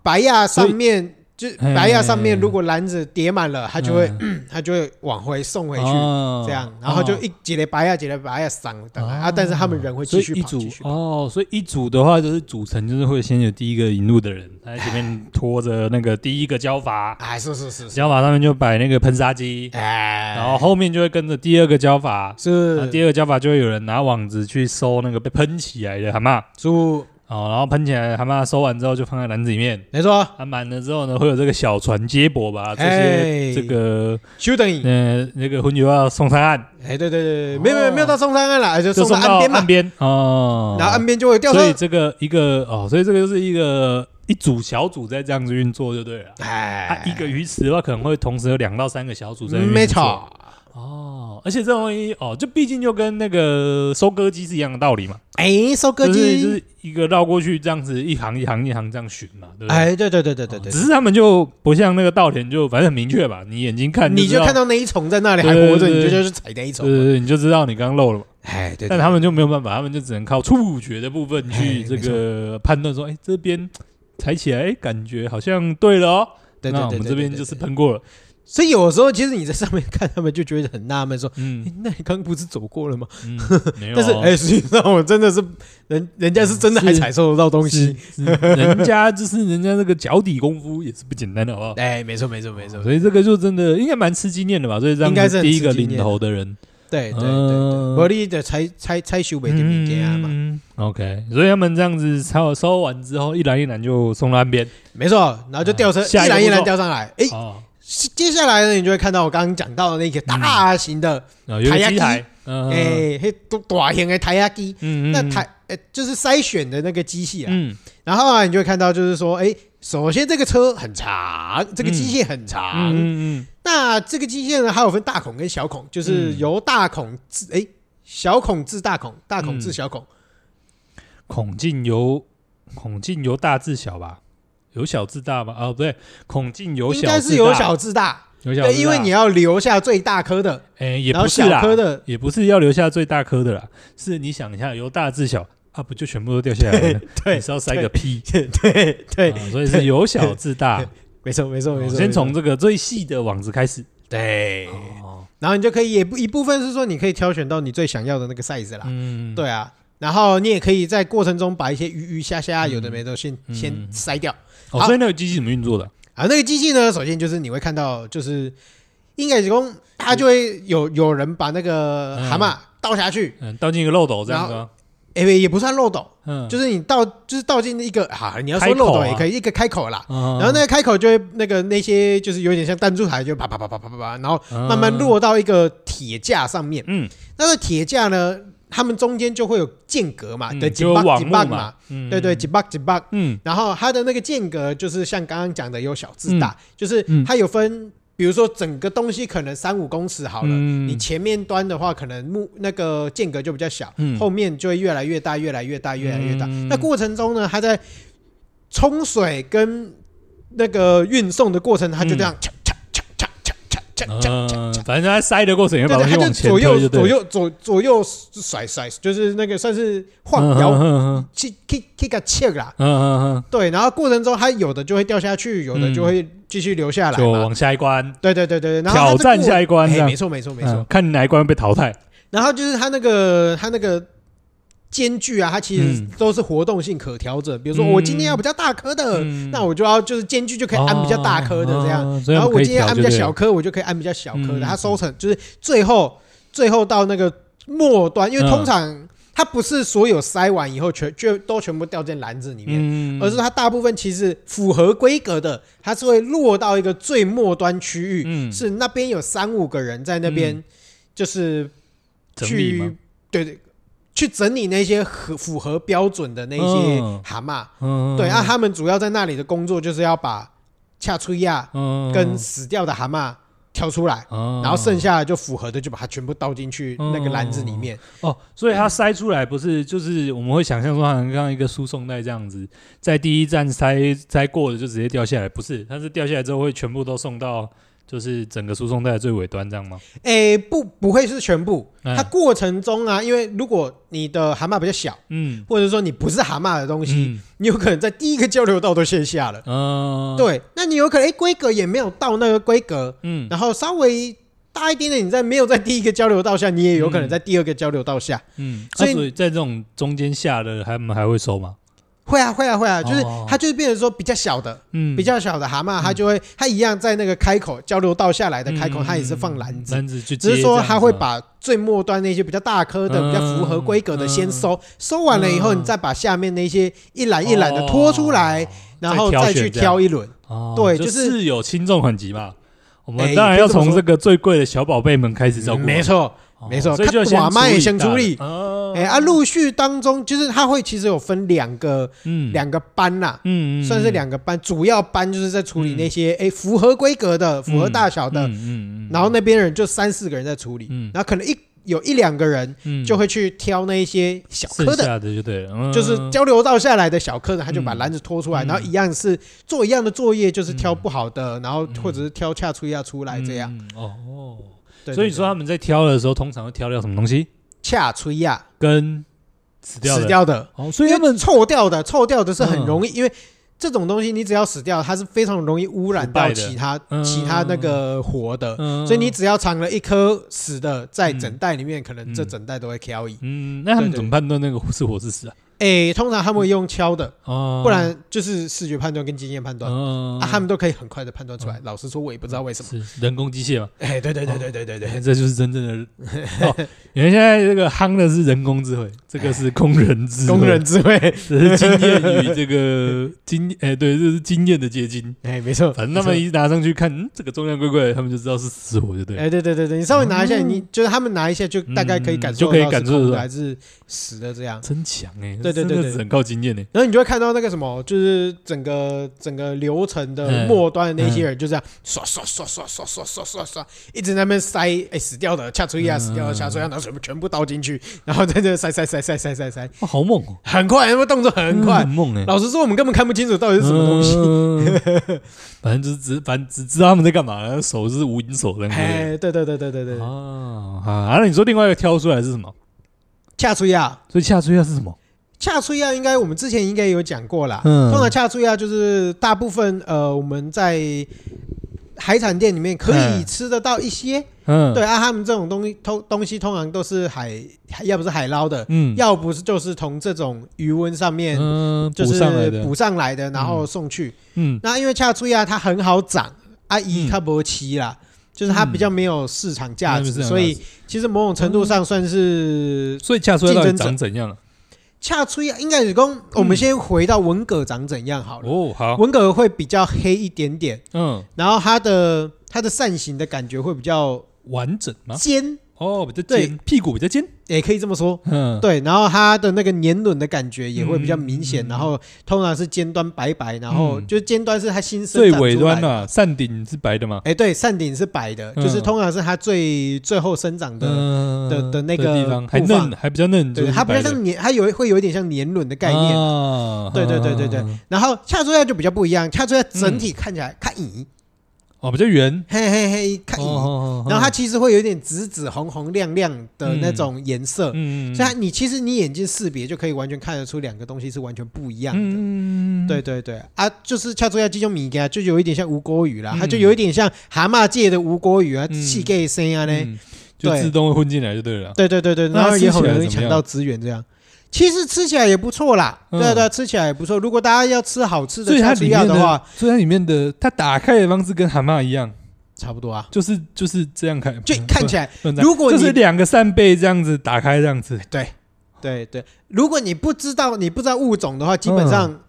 白亚上面。就是白牙上面如果篮子叠满了，它就会、嗯它就会往回送回去，
哦
这样，然后就一几粒白牙几粒白牙散等啊，但是他们人会
所
继
以
续
一
跑，
组
继续跑。
哦，所以一组的话就是组成就是会先有第一个引路的人，他在前面拖着那个第一个胶筏，
哎，是是是是，
胶筏上面就摆那个喷砂机，
哎，
然后后面就会跟着第二个胶筏，那
是
第二个胶筏就会有人拿网子去收那个被喷起来的蛤蟆，
猪，
哦，然后喷起来的蛤蟆收完之后就放在篮子里面，
没错，
它满了之后呢，会有这个小船接驳吧，这
哎
些这个
休等你，
呃那个红酒要送上岸，
哎，对对对，对没有没有没有到中山岸了，就
哦就
送到
到
岸边嘛
岸，边哦，
然后岸边就会掉
所以
车，
这个一个哦，所以这个就是一个一组小组在这样子运作就对了。啊，
哎，
一个鱼池的话，可能会同时有两到三个小组在运作
没错，
哦，而且这种东西哦，就毕竟就跟那个收割机是一样的道理嘛，
哎，收割
就是就
机，
是一个绕过去这样子一行一行一行这样巡嘛，对不对？
哎，对对对对对
哦
对
只，是他们就不像那个稻田，就反正很明确吧，你眼睛看
你
知
就
道
看，到那一虫在那里还
对
活着，
对
你就
对
就是踩那一
对
虫，
对对，你就知道你刚刚漏了嘛。
哎，对对，
但
对
他们就没有办法，他们就只能靠触觉的部分去
哎
这个判断说，哎，这边踩起来哎感觉好像对了哦，
对对对
那我
对，
们
对
这边就是，喷过了，
对所以有时候其实你在上面看他们就觉得很纳闷，说，
嗯
哎，那你刚不是走过了吗？
嗯，
*laughs*
没有哦，
但是哎，实际上我真的是 *laughs* 人，人家是真的还
是
采收得到东
是
西，
是人家就是人家那个脚底功夫也是不简单的，好不好？
哎，没错没错没错，
所以这个就真的应该蛮吃经验的吧，所以这
应该
样
是很
第一个
吃经
领
验
头的人，
对对对。
嗯
无你就采采采收袂得物件嘛，
嗯，OK，所以他们这样子收收完之后，一篮一篮就送到岸边。
没错，然后就吊车
嗯
一
下一个
篮一
步
篮
骤
吊上来，哎，
哦，
是接下来呢，你就会看到我刚刚讲到的那个大型的，
然后哦有
台
个
压
机
机
台，嗯，
哎，嘿，都大型的台压机，
嗯，嗯
那台，呃就是筛选的那个机器啊，
嗯
然后啊，你就会看到就是说，哎，首先这个车很长，这个机械很
嗯
长，
嗯
那这个机械呢还有分大孔跟小孔，就是
嗯
由大孔至哎小孔至大孔，大孔至
嗯
小孔，
嗯，孔径由孔径由大至小吧，由小至大吧？哦，不对，孔径由
应
小
该
至
是由
大
小至大，
由小
对，
至
因为
大
你要留下最大颗的。
哎、也
然后
不是
小
啦，
颗的
也不是要留下最大颗的啦，是你想一下，由大至小啊，不就全部都掉下来了？
对
你是要塞个屁，
对对
啊，所以是由小至大。哦
没错没错没错。
先从
没错
这个最细的网子开始。
对，
哦，
然后你就可以也不一部分是说你可以挑选到你最想要的那个 size 啦，
嗯，
对啊。然后你也可以在过程中把一些鱼鱼虾虾有的没的先、
嗯
先筛掉。
哦，
好
所以那个机器怎么运作的？
啊，那个机器呢，首先就是你会看到，就是应该是说它就会有有人把那个
嗯
蛤蟆倒下去，
嗯，倒进一个漏斗这样子吗。
哎、也不算漏斗，
嗯，，
就是是你倒就是倒进一个啊，你要说
开口
漏斗
啊嗯
也可以，一个开口啦。
然
然后那个开口就会那个那些就是有点像弹珠台，就啪啪啪啪啪啪啪，然后
那
慢慢，落到一个铁架上面。
嗯，
那个铁架呢，他们中间就会有间隔嘛，
嗯
对，几
就有
棒
网
几
路
棒
嘛
嘛，，
嗯
对对，，几棒几棒。
嗯
然后它的那个间隔就是像刚刚讲的有小至大，就是
嗯
它有分，比如说整个东西可能三五公尺好了，
嗯
你前面端的话可能木那个间隔就比较小，
嗯
后面就会越来越大，越来越大，越来越大。
嗯
那过程中呢，它在冲水跟那个运送的过程，它就这样。
嗯，反正它塞的过程也把
对对，
东西
他就
往前
左
推
右
就对
左
了，
右左左右甩甩，就是那个算是
嗯
晃摇
嗯
去去去个切啦。
嗯嗯
对，然后过程中它有的就会掉下去，有的就会继续留下
嗯，
来
就
嘛。
往下一关，
对对对对，然后它
挑
这
战
过
下一关这
哎，
样
没。错没错没
嗯
错。
看你哪一关被淘汰。
然后就是它那个它那个间距啊，它其实
嗯
都是活动性可调整。比如说
嗯
我今天要比较大颗的，
嗯
那我就要就是间距就可以按比较大颗的这样。
哦，
然后我今天按比较小
颗，
颗，我就可以按比较小颗
嗯
的。它收成就是最后最后到那个末端，因为通常它不是所有筛完以后全就都全部掉进篮子里面，
嗯
而是它大部分其实符合规格的，它是会落到一个最末端区域，
嗯
是那边有三五个人在那边就是
整理嘛
去对对。去整理那些合符合标准的那些
嗯
蛤蟆，
嗯
对，啊，，他们主要在那里的工作就是要把恰啊吹亚
嗯
跟死掉的蛤蟆挑出来，
然
然后剩下的就符合的就把它全部倒进去那个篮子里面。
哦，所以它筛出来不是就是我们会想象说，好像像一个输送带这样子，在第一站筛筛过的就直接掉下来，不是，它是掉下来之后会全部都送到就是整个输送带的最尾端这样吗？
诶，不不会是全部，
哎
它过程中啊，因为如果你的蛤蟆比较小，
嗯，
或者说你不是蛤蟆的东西，
嗯
你有可能在第一个交流道都先下了。
嗯，，
对，那你有可能哎规格也没有到那个规格，
嗯
然后稍微大一点点，你在没有在第一个交流道下，你也有可能
嗯
在第二个交流道下。
嗯，
所
所
以
以所以在这种中间下的，他们还会收吗？
会啊，会啊，会啊，就是
哦
它就是变成说比较小的，
嗯，
比较小的蛤蟆，它就会它一样在那个开口交流道下来的开口，
嗯
它也是放篮子，
篮子去接这
只是
样子吗，
说它会把最末端那些比较大颗的、
嗯
比较符合规格的先收，收完了以后，
嗯
你再把下面那些一篮一篮的拖出来
哦，，
然后再去挑一轮。
哦，
对
就
就是
是有轻重缓急嘛。我们
哎
当然要
可以这么
从
说
这个最贵的小宝贝们开始照顾嘛，
嗯没错，
哦，
没错
所以就先
看寡
理
麦先处理
大的哦，
哎啊，陆续当中就是它会其实有分两个
嗯，
两个班啦。
嗯，嗯
算是两个班，主要班就是在处理那些哎符合规格的、符合大小的，
嗯嗯嗯，
然后那边人就三四个人在处理，
嗯
然后可能一有一两个人
嗯
就会去挑那一些小
剩
颗的，
下的就对了，嗯
就是交流道下来的小颗的，他就把
嗯
篮子拖出来，
嗯
然后一样是做一样的作业，就是挑不好的，然后或者是挑恰出一下出来这样。。
嗯哦，
对
所以
对
说他们在挑的时候，通常会挑掉什么东西？
恰出一下
跟死掉
死
的。
掉的，
哦，所
因
以他
为
们嗯
臭掉的，臭掉的是很容易，因为。这种东西你只要死掉，它是非常容易污染
腐败
到
的
其他
嗯
其他那个活的，
嗯
所以你只要藏了一颗死的在
嗯
整袋里面，可能这
嗯
整袋都会挑一。
嗯，那他们
对对
怎么判断那个是活是死啊？
诶、通常他们会用敲的，
哦，
不然就是视觉判断跟经验判断、
嗯，
啊，他们都可以很快的判断出来。老实说，我也不知道为什么。
是人工机械 *laughs* 嘛？
哎、对对对对对对对，
这就是真 *laughs* 正的。哦，原来现在这个夯的是人工智慧，这个是工人智
*laughs*
慧，
工人智慧，
这是经验与这个 *laughs* 经，哎，对，这是经验的结晶。
哎、没错，
反正他们一拿上去看，嗯，这个重量怪怪的，他们就知道是死活，就
没错。
对了。
哎、对对对对，你稍微拿一下，你就是他们拿一下，就大概可以感受
嗯嗯就
到
可以
是
感受
空
得
的
到
还是死的这样。
真强哎、欸！
对对对
真的
对
是很靠经验哎、
然后你就会看到那个什么，就是整个整个流程的
嗯
末端的那些人，就这样刷刷刷刷刷刷刷刷刷，一直在那边塞，哎，死掉的恰出亚，
嗯
死掉的恰出亚，然后全部全部倒进去，然后在这塞塞塞塞塞塞塞，
哇，好猛哦、
很快，他们动作很快
嗯很。猛哎、
老实说，我们根本看不清楚到底是什么东西。
嗯 *laughs* 反正就是只反正只知道他们在干嘛，然后手是无影手这样子。
哎，对对对对对对，
哦，好啊，那你说另外一个挑出来是什么？
恰出亚，
所以下出要是什么？
恰出亚应该我们之前应该有讲过啦。
嗯
通常恰出亚就是大部分呃我们在海产店里面可以
嗯
吃得到一些。
嗯，
对，啊，他们这种东西通东西通常都是海，海要不是海捞的，
嗯，
要不是就是从这种鱼温上面
嗯
就
补
是
上来的，
补上来的，然后送去。
嗯
那因为恰出亚它很好长，啊，一
嗯
它不期啦，就是它比较没有市场价
嗯没
值，
有市场
所以
价
其实某种程度上算是
所以下出来到底
竞争者
长怎样了？
恰出亚，应该是讲我们先回到文革长怎样好了。
嗯哦，好，
文革会比较黑一点点，
嗯，
然后它的它的扇形的感觉会比较
完整吗？
尖，
哦，比较
对
尖，屁股比较尖，
也可以这么说。
嗯，
对，然后它的那个年轮的感觉也会比较明显，
嗯嗯嗯
然后通常是尖端白白，然后
嗯
就是尖端是它新生
最
长
尾
出来
端
的。
啊，扇顶是白的嘛？
哎，对，扇顶是白的，就是
嗯
通常是它最最后生长的，
嗯
的的那个
地方还
部分
嫩，还比较嫩，就
对，
是
它比
白
较
的
像年，它有会有一点像年轮的概念。
啊
对对对对对
啊嗯
然后恰珠亚就比较不一样，恰珠亚整体看起来看嗯咦，
哦，比较圆。
嘿嘿嘿，看咦，
哦
然后它其实会有一点紫紫红红亮亮的那种颜色，
嗯
所以它你其实你眼睛识别就可以完全看得出两个东西是完全不一样的。
嗯
对对对啊，就是恰出亚这种米啊，就有一点像吴锅鱼啦，
嗯
它就有一点像蛤�蛤�界的吴锅鱼啊，
嗯
气盖声啊呢。
嗯就
对
自动会混进来就对了。
对对对对，
那
然后也很
吃起来
容易
怎么
抢
样
到资源这样。其实吃起来也不错啦，
嗯
对啊对啊，吃起来也不错。如果大家要吃好吃
所
的
以它
恰出
里
亚
面
的话，，
所以它里面的它打开的方式跟蛤蟆一样，
差不多啊。
就是就是这样开，
就看起来，
嗯不能这样
如果
就是
你
两个扇贝这样子打开这样子，
对对对，如果你不知道你不知道物种的话，基本
嗯
上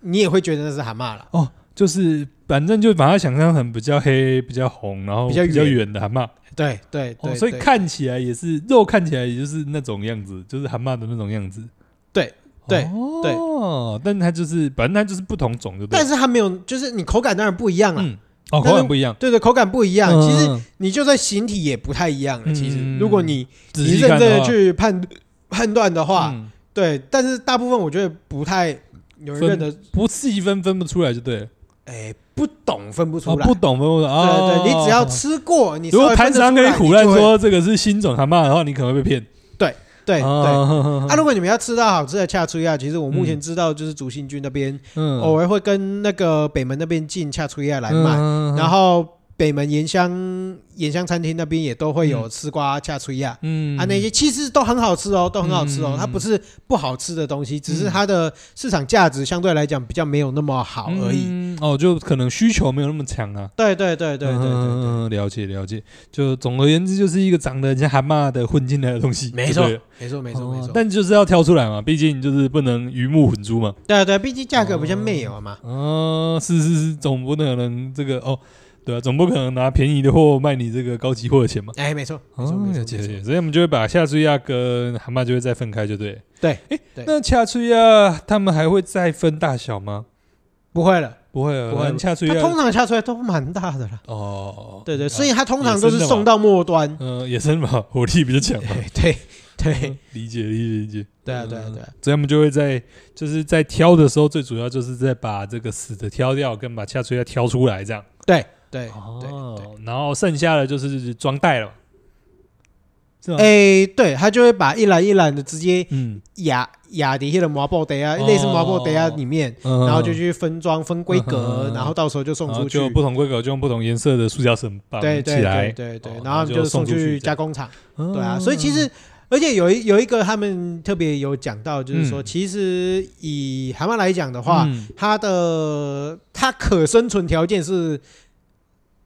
你也会觉得那是蛤蟆了。
就是反正就把它想象成比较黑、比较红，然后
比较
比较
圆
圆的蛤蟆，
对对
哦
对，
所以
对
看起来也是肉看起来也就是那种样子，就是蛤蟆的那种样子。
对对对
哦，但它就是反正它就是不同种，就对了。
但是它没有，就是你口感当然不一样了。
嗯，哦，
但
口
是
感不一样。
对对，口感不一样。其实
嗯
你就算形体也不太一样了。
嗯
其实，
嗯
如果你
仔
你
细
认
看
真的
话
去判判断的话，
嗯
对，但是大部分我觉得不太有人认得。
不细分分不出来就对了。
哎，不懂分不出
哦，
来。
不懂分不懂哦。
对对，你只要吃过，你
如果
稍微分
摊
得
商
出
跟你
来
苦
就
难
会
说这个是新种蛤蟆的话，你可能会被骗。
对对。啊，
啊
如果你们要吃到好吃的恰出亚，其实我目前
嗯
知道就是竹新军那边
嗯
偶尔会跟那个北门那边进恰出亚来卖，
嗯
然后北门盐乡盐乡餐厅那边也都会有吃瓜恰出亚。
嗯
啊，那些其实都很好吃哦，都很好吃哦
嗯。
它不是不好吃的东西，只是它的市场价值相对来讲比较没有那么好而已。
嗯哦，就可能需求没有那么强啊。
对对对对对对，
嗯，了解了解。就总而言之，就是一个长得很像蛤蟆的混进来的东西，
没错
就对了
没错没错
嗯哦
没错。
但就是要挑出来嘛，毕竟就是不能鱼目混珠嘛。
对对，毕竟价格比较没有嘛。
哦，是是是，总不可能这个哦，对啊，总不可能拿便宜的货卖你这个高级货的钱嘛。
哎，没错没
哦
错，没
了
错
解
没
了
错。
解，所以我们就会把夏苏亚跟蛤蟆就会再分开，就对了。
对，
哎，
对
那夏苏亚他们还会再分大小吗？
不会了，
不会啊，
不会
那夏苏
它
亚
通常下出来都蛮大的啦。
哦，
对对，
啊
所以它通常都
野
是
生的嘛
送到末端。
呃，野生嘛，火力比较强嘛。
*laughs* 对对对
嗯理解理解理解。
对啊对啊
嗯
对啊，
所以他们就会在就是在挑的时候，最主要就是在把这个死的挑掉，跟把恰吹要挑出来这样。
对对对
哦，然后剩下的就是装袋了嘛，是吗？
对。哎，对，它就会把一篮一篮的直接
嗯，
压压底下的麻布袋啊，类似麻布袋啊里面，
哦嗯
然后就去分装、分规
嗯嗯
格
嗯，嗯
然后到时候就送
然
出
后
去
就。不同规格就用不同颜色的塑胶绳绑
对
起
对
来
对。对对
哦，
然后
然后
你
就
就
送
送
出去
去
这样嗯
加工厂。
对
对啊，所以其实，而且有一有一个他们特别有讲到，就是说，
嗯
其实以蛤蟆来讲的话，它的它可生存条件是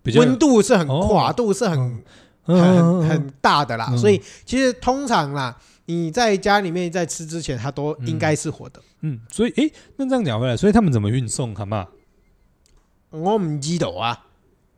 比较
温度是很
哦
跨度是很
嗯嗯
很
嗯
很大的啦，
嗯
所以其实通常啦，你在家里面在吃之前，它都应该是活的。
嗯，所以诶，那这样讲回来，所以他们怎么运送蛤蟆？
我们记得啊，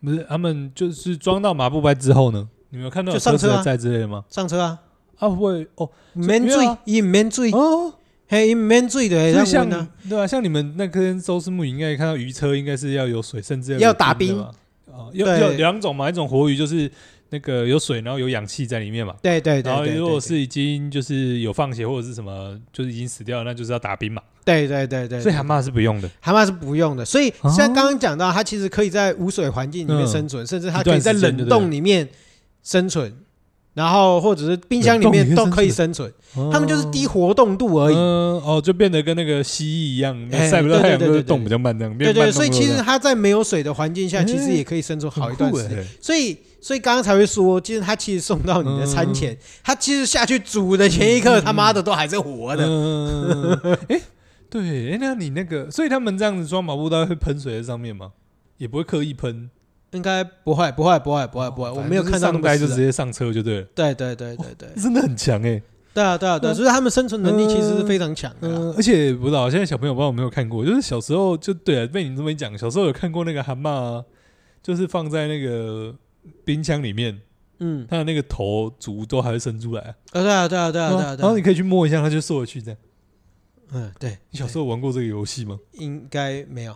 不是他们就是装到麻布袋之后呢？你们有看到有
就上
车子
车啊
的载之类的吗？
上车啊，
啊，会哦
唔免
因为
水
啊，
伊唔免水，
哦，
嘿，伊唔免水的，
就
哎让
像
温啊，
对啊，像你们那根周氏木鱼，应该看到鱼车，应该是要有水，甚至
要
有
打
冰的
冰
吧。哦，有
对
有两种嘛，一种活鱼就是那个有水，然后有氧气在里面嘛。
对对对
然后
对，
哦如
对
果是已经就是有放血或者是什么，就是已经死掉了，那就是要打冰嘛。
对对对对，
所以蛤蟆是不用的，
蛤蟆是不用的，所以
哦嗯
像刚刚讲到，它其实可以在无水环境里面生存，甚至它可以在
一段时间
冷
就对了
冻里面生存，然后或者是冰箱里面
冷冻
都
里面
可以生存，它们就是低
火
活动度而已。
哦嗯，哦，就变得跟那个蜥蜴一样，
哎
晒不到
对对
太阳
对
就是
对对
动比较慢这样。
对
变慢
对，
动
所以
作
其实
这样
它在没有水的环境下，
哎
其实也可以生存好一段时间。
很酷欸
所以，所以刚刚才会说，其实它其实送到你的餐前，
嗯
它其实下去煮的前一刻，他妈的都还是活的。
嗯， *laughs* 哎，对，哎，那你那个，所以他们这样子装毛布袋会喷水在上面吗？也不会刻意喷，
应该不会，不会，不会，不会，不会，呃我没有看到那
上
么
呆就
死
直
啊
接上车就对了，
对对对对对，
真的很强哎、
对啊对啊对啊，
嗯
所以他们生存能力其实是非常强的啦。
嗯、而且不知道现在小朋友不知道有没有看过，就是小时候就对啊，被你这么一讲，小时候有看过那个蛤蟆、啊，就是放在那个冰箱里面，
嗯，
它的那个头足都还会伸出来啊，
啊，对啊，对啊，对啊，对啊，对
然后你
啊，
可以去摸一下，它就缩回去这样。
嗯，对，
你小时候玩过这个游戏 *laughs* 吗？
应该没有，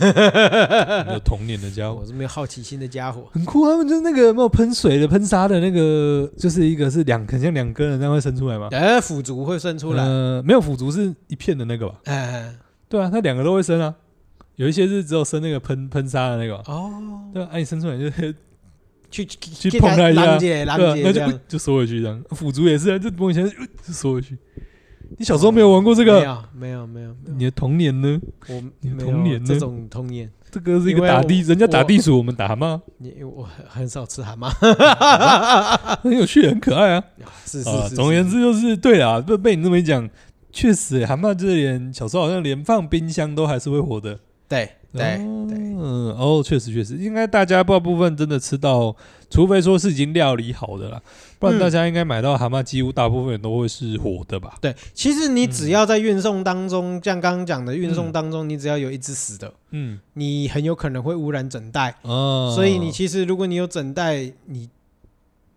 你有童年的家伙。
我是没有好奇心的家伙。
很酷啊，他们就是那个有没有喷水的、喷沙的那个，就是一个是两，很像两根的，这样会伸出来吗？
哎，腐竹会生出来，
呃，没有腐竹是一片的那个吧？
哎，
对啊，它两个都会生啊。有一些是只有生那个喷喷沙的那个嘛，
哦，
对啊，啊你生出来就是
去
去
去
碰它一下
浪姐，浪
对啊，
姐
那
这
就
样
呃。就缩回去这样。腐竹也是啊，就摸一下呃就缩回去。你小时候没有玩过这
哦没
个？
有，没有，没有，
你的童年呢？
我
你的
没
童
有
年呢
这种童年，
这个是一个打地，
因为我
人家打地鼠，我们
*laughs*
打吗？
你我很少吃蛤蟆， *laughs*
很有趣，很可爱啊！
是是
啊，
是，
总而言之就是对啊，被被你这么一讲，确实蛤蟆就是连小时候好像连放冰箱都还是会活的。
对对对，
嗯，哦，确实确实，应该大家大部分真的吃到，除非说是已经料理好的啦，不然
嗯
大家应该买到蛤蟆，几乎大部分人都会是活的吧？
对，其实你只
嗯
要在运送当中，像刚刚讲的运
嗯
送当中，你只要有一只死的，
嗯，
你很有可能会污染整袋，
哦，
所以你其实如果你有整袋，你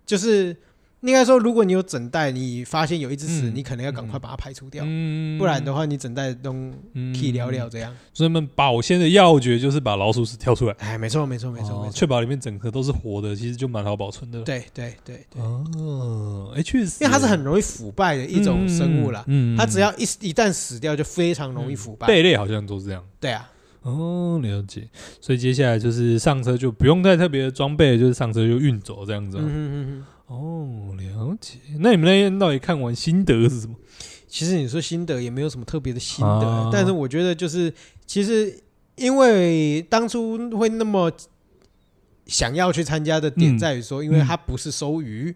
就是应该说，如果你有整袋，你发现有一只死，
嗯
你可能要赶快把它排除掉，
嗯
不然的话，你整袋都
嗯
可以聊聊。这样。
所以他们保鲜的要诀就是把老鼠屎挑出来，
哎，没错，没错，没错，
哦
没错。
确保里面整颗都是活的，其实就蛮好保存的。，
对对对对，
哦，哎，确实，
因为它是很容易腐败的一种生物啦，
嗯，嗯嗯嗯
它只要一一旦死掉就非常容易腐败。
贝类好像都是这样。
对啊，
哦，了解。所以接下来就是上车就不用带特别的装备，就是上车就运走这样子、哦。
嗯嗯嗯。
哦，了解。那你们那天到底看完心得是什么？
其实你说心得也没有什么特别的心得，
啊
但是我觉得就是其实因为当初会那么想要去参加的点
嗯
在于说，因为它不是收鱼，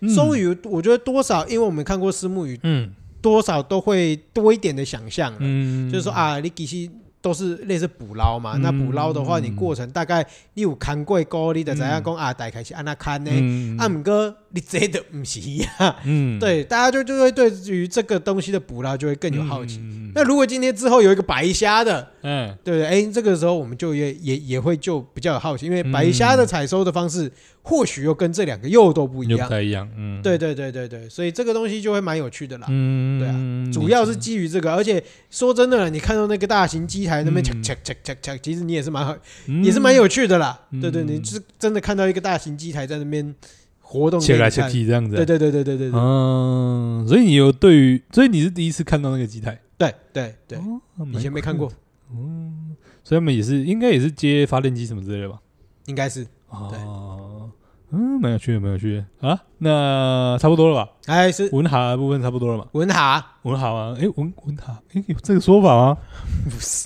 嗯
收，鱼我觉得多少，因为我们看过私募鱼，
嗯
多少都会多一点的想象了。
嗯，
就是说啊，你其实都是类似捕捞嘛。那捕捞的话，
嗯
你过程大概你有看过沟，你就知影讲啊，大概是安那看呢。
嗯，
啊，毋过你这的毋是一样，
嗯，
对，大家就就会对于这个东西的捕捞就会更有好奇。
嗯，
那如果今天之后有一个白虾的，
嗯
对不对？哎，这个时候我们就也也也会就比较有好奇，因为白
嗯
虾的采收的方式或许又跟这两个又都不一
又不
样。
太一样，嗯，
对对对对对，所以这个东西就会蛮有趣的啦。
嗯，
对啊
啊
主要是基于这个，而且说真的，你看到那个大型机台那边
嗯
check check check check check，其实你也是蛮好，也是蛮有趣的啦。
嗯
对对，你是真的看到一个大型机台在那边活动，
切来
给你
切
看
去这样子，啊
对对对对对对对
嗯，所以你有对于，所以你是第一次看到那个机台，
对对对，
哦，
以前没看过，
嗯，所以他们也是应该也是接发电机什么之类的吧？
应该是。对
哦，嗯，蛮有趣的，蛮有趣的。好啦，那差不多了吧？
哎，是
文蛤的部分差不多了嘛？
文蛤，
文蛤吗？诶，文文蛤，诶，有这个说法吗？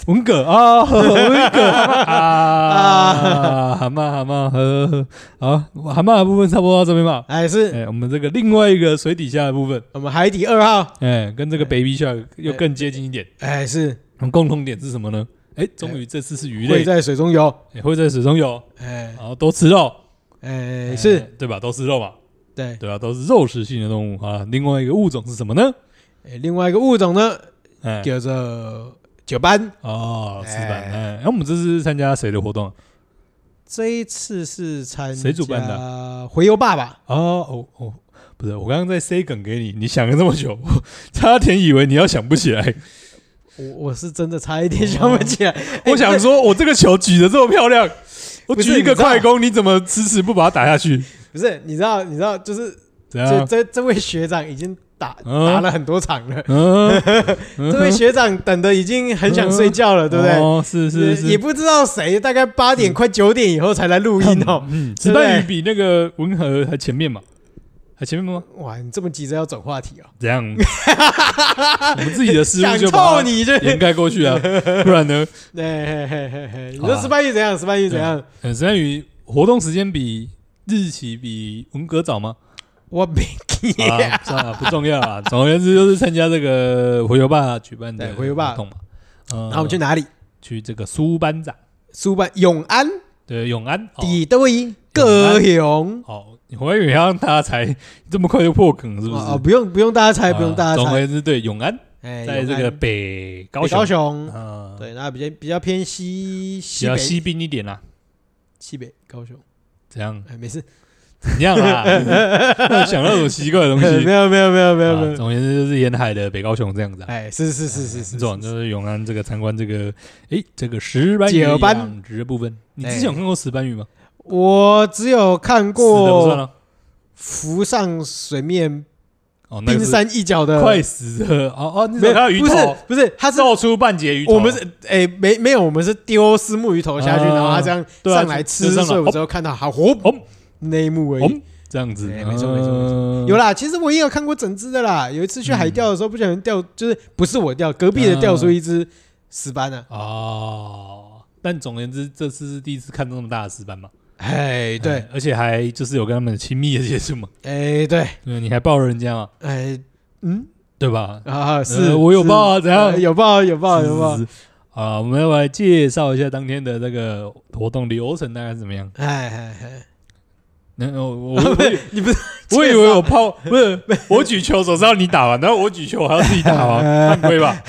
文蛤啊， *laughs* 文蛤啊，蛤蟆蛤蟆，呵呵，好，蛤蟆的部分差不多到这边吧。
哎是
诶，我们这个另外一个水底下的部分，
我们海底二号，
诶，哎跟这个 baby shark 又更接近一点。
哎是
我们共同点是什么呢？诶，终于这次是鱼
会
类，
在水中游，
诶会在水中游，
哎
然后都吃肉，
哎
诶
是，
对吧？都吃肉嘛，
对。
对吧？都是肉食性的动物啊。另外一个物种是什么呢？
哎另外一个物种呢
哎，
叫做九斑，
哦，石板，
哎
哎，那我们这次参加谁的活动啊？
这一次是参
谁主办的
的？回游爸爸。
哦哦哦，不是，我刚刚在塞梗给你，你想了这么久， *laughs* 我差点以为你要想不起来。
我我是真的差一点想不起来。哎
哦我想，说，我这个球举的这么漂亮，我
不是
举一个
你知道
快攻，你怎么迟迟不把它打下去？
不是，你知道，你知道，就是
怎
这
样？
这这位学长已经打
啊嗯
打了很多场了， *laughs*
嗯，
这位学长等的已经很想睡觉了，对不对？
哦，是是是，
也不知道谁大概八点快九点以后才来录音哦。
嗯，
对
石
不对
斑鱼比那个文和还前面嘛，还前面吗？
哇，你这么急着要转话题哦？*laughs*
怎样？我们自己的失误
想
就把
臭
它
你这，
掩盖过去啊，不然呢？
哎嘿嘿嘿嘿，你
好
说
啊
石斑鱼怎样？石斑鱼怎样？
呃，石斑鱼活动时间比日期比文革早吗？
我没记
好啦，算了，不重要啊。 *laughs* 总而言之，就是参加这个回游吧举办的
对回游吧
活动嘛。嗯
然后我们去哪里？
去这个苏班长，
苏班永安
对，永安。哦
底都一高雄。
哦，我以为让他才这么快就破梗，是不是？
哦，哦不用不用大家猜，不用大家
啊总而
猜。
言之，对，永安
哎，
在这
永安
个北高
北
雄
高，雄，
嗯，
对，那比较比较偏西
比
西
较
北
西滨一点啦。
西北高雄，
怎样？
哎，没
*laughs*
事，
怎样啦？我 *laughs* 想到那种奇怪的东
没有 *laughs* 没
西。
有没有没有没有没
啊
有，
总而言之，就是沿海的北高雄这样子啊。
哎，是是是是是，
这种
是
就是永安这个参观这个，诶，这个石斑鱼
解斑
养殖的部分，你之前
哎
有看过石斑鱼吗？
我只有看
死的不算哦
过
了，
浮上水面
哦，那
冰
个是
山一角的，
快死了，哦哦，你
没
有看到鱼
有不
头
是不是，它是
露出半截鱼头，
我们是哎没没有，我们是丢丝木鱼头下去，
啊
然后它这样
对啊
上来
就
吃，
就上来
所以我只有看到它活
哦
那一幕而
哦
已。
这样子，嗯
哎没错没错没
错
有啦，其实我也有看过整只的啦。有一次去海钓的时候，不小心钓，就是不是我钓，隔壁
嗯
的钓出一只石斑啊。
哦。但总而言之，这次是第一次看到那么大的石斑嘛？
哎，对
哎，，而且还就是有跟他们亲密的接触嘛？
哎，对，
对，你还抱了人家嘛？
哎，嗯
对吧？
啊，是
呃我有
是
抱啊，怎样
呃？有报有报有报
是。是是啊，我们要来介绍一下当天的这个活动流程大概是怎么样。
哎哎
*laughs*
哎，
那
*laughs*
我我我以
你不是
我以为
*laughs*
我抛不是我举球，总是要你打完，然后我举球还要自己打完，犯规吧？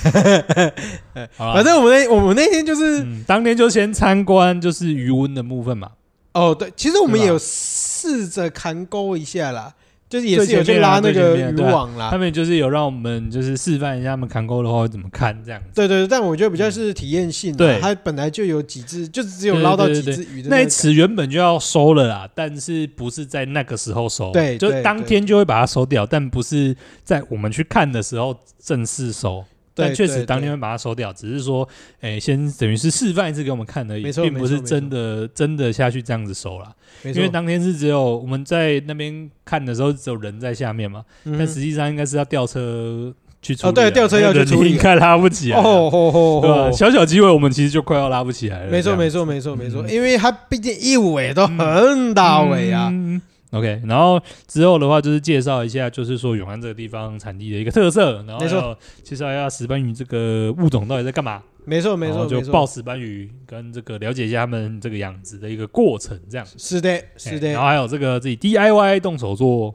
好啦
反正我们那我们那天就是、
啊嗯，当天就先参观就是余温的部分嘛，
哦，对，其实我们
对吧
也有试着砍钩一下啦，就是也是
最
有
前
去
面
拉
啊
那
最前
个
面啊
渔
对啊
网
他
啦。
们就是有让我们就是示范一下他们砍钩的话会怎么看这样子。
对对，对但我觉得比较是体验性
嗯对
的，它本来就有几只，就只有捞到
对
几
对对
只鱼的
那一
个
池原本就要收了啦，但是不是在那个时候收？
对
就
对
当天就会把它收掉，但不是在我们去看的时候正式收。但
对
确实
对
当天
对
会把它收掉，只是说，哎，先等于是示范一次给我们看而已
没，错
并不
没错
是
没错
真的真的下去这样子收啦。
没
因
错
为，当天是只有我们在那边看的时候，只有人在下面嘛，
嗯
但实际上应该是要吊车去处理啊。
哦对吊车要去
人
处理啊
应该拉不起来啊。
哦吼吼
对吧？
吼，
小小机会，我们其实就快要拉不起来了。
没错没
错，
错没错没错，
嗯
因为它毕竟一尾都很大尾啊，
嗯 OK，然后之后的话就是介绍一下，就是说永安这个地方产地的一个特色，然后
没错
要介绍一下石斑鱼这个物种到底在干嘛，
没错没
然
错
后哦就
没
报
错，
石斑鱼跟这个了解一下他们这个养殖的一个过程，这样
是的是
哎然后
的，
还有这个自己 DIY 动手做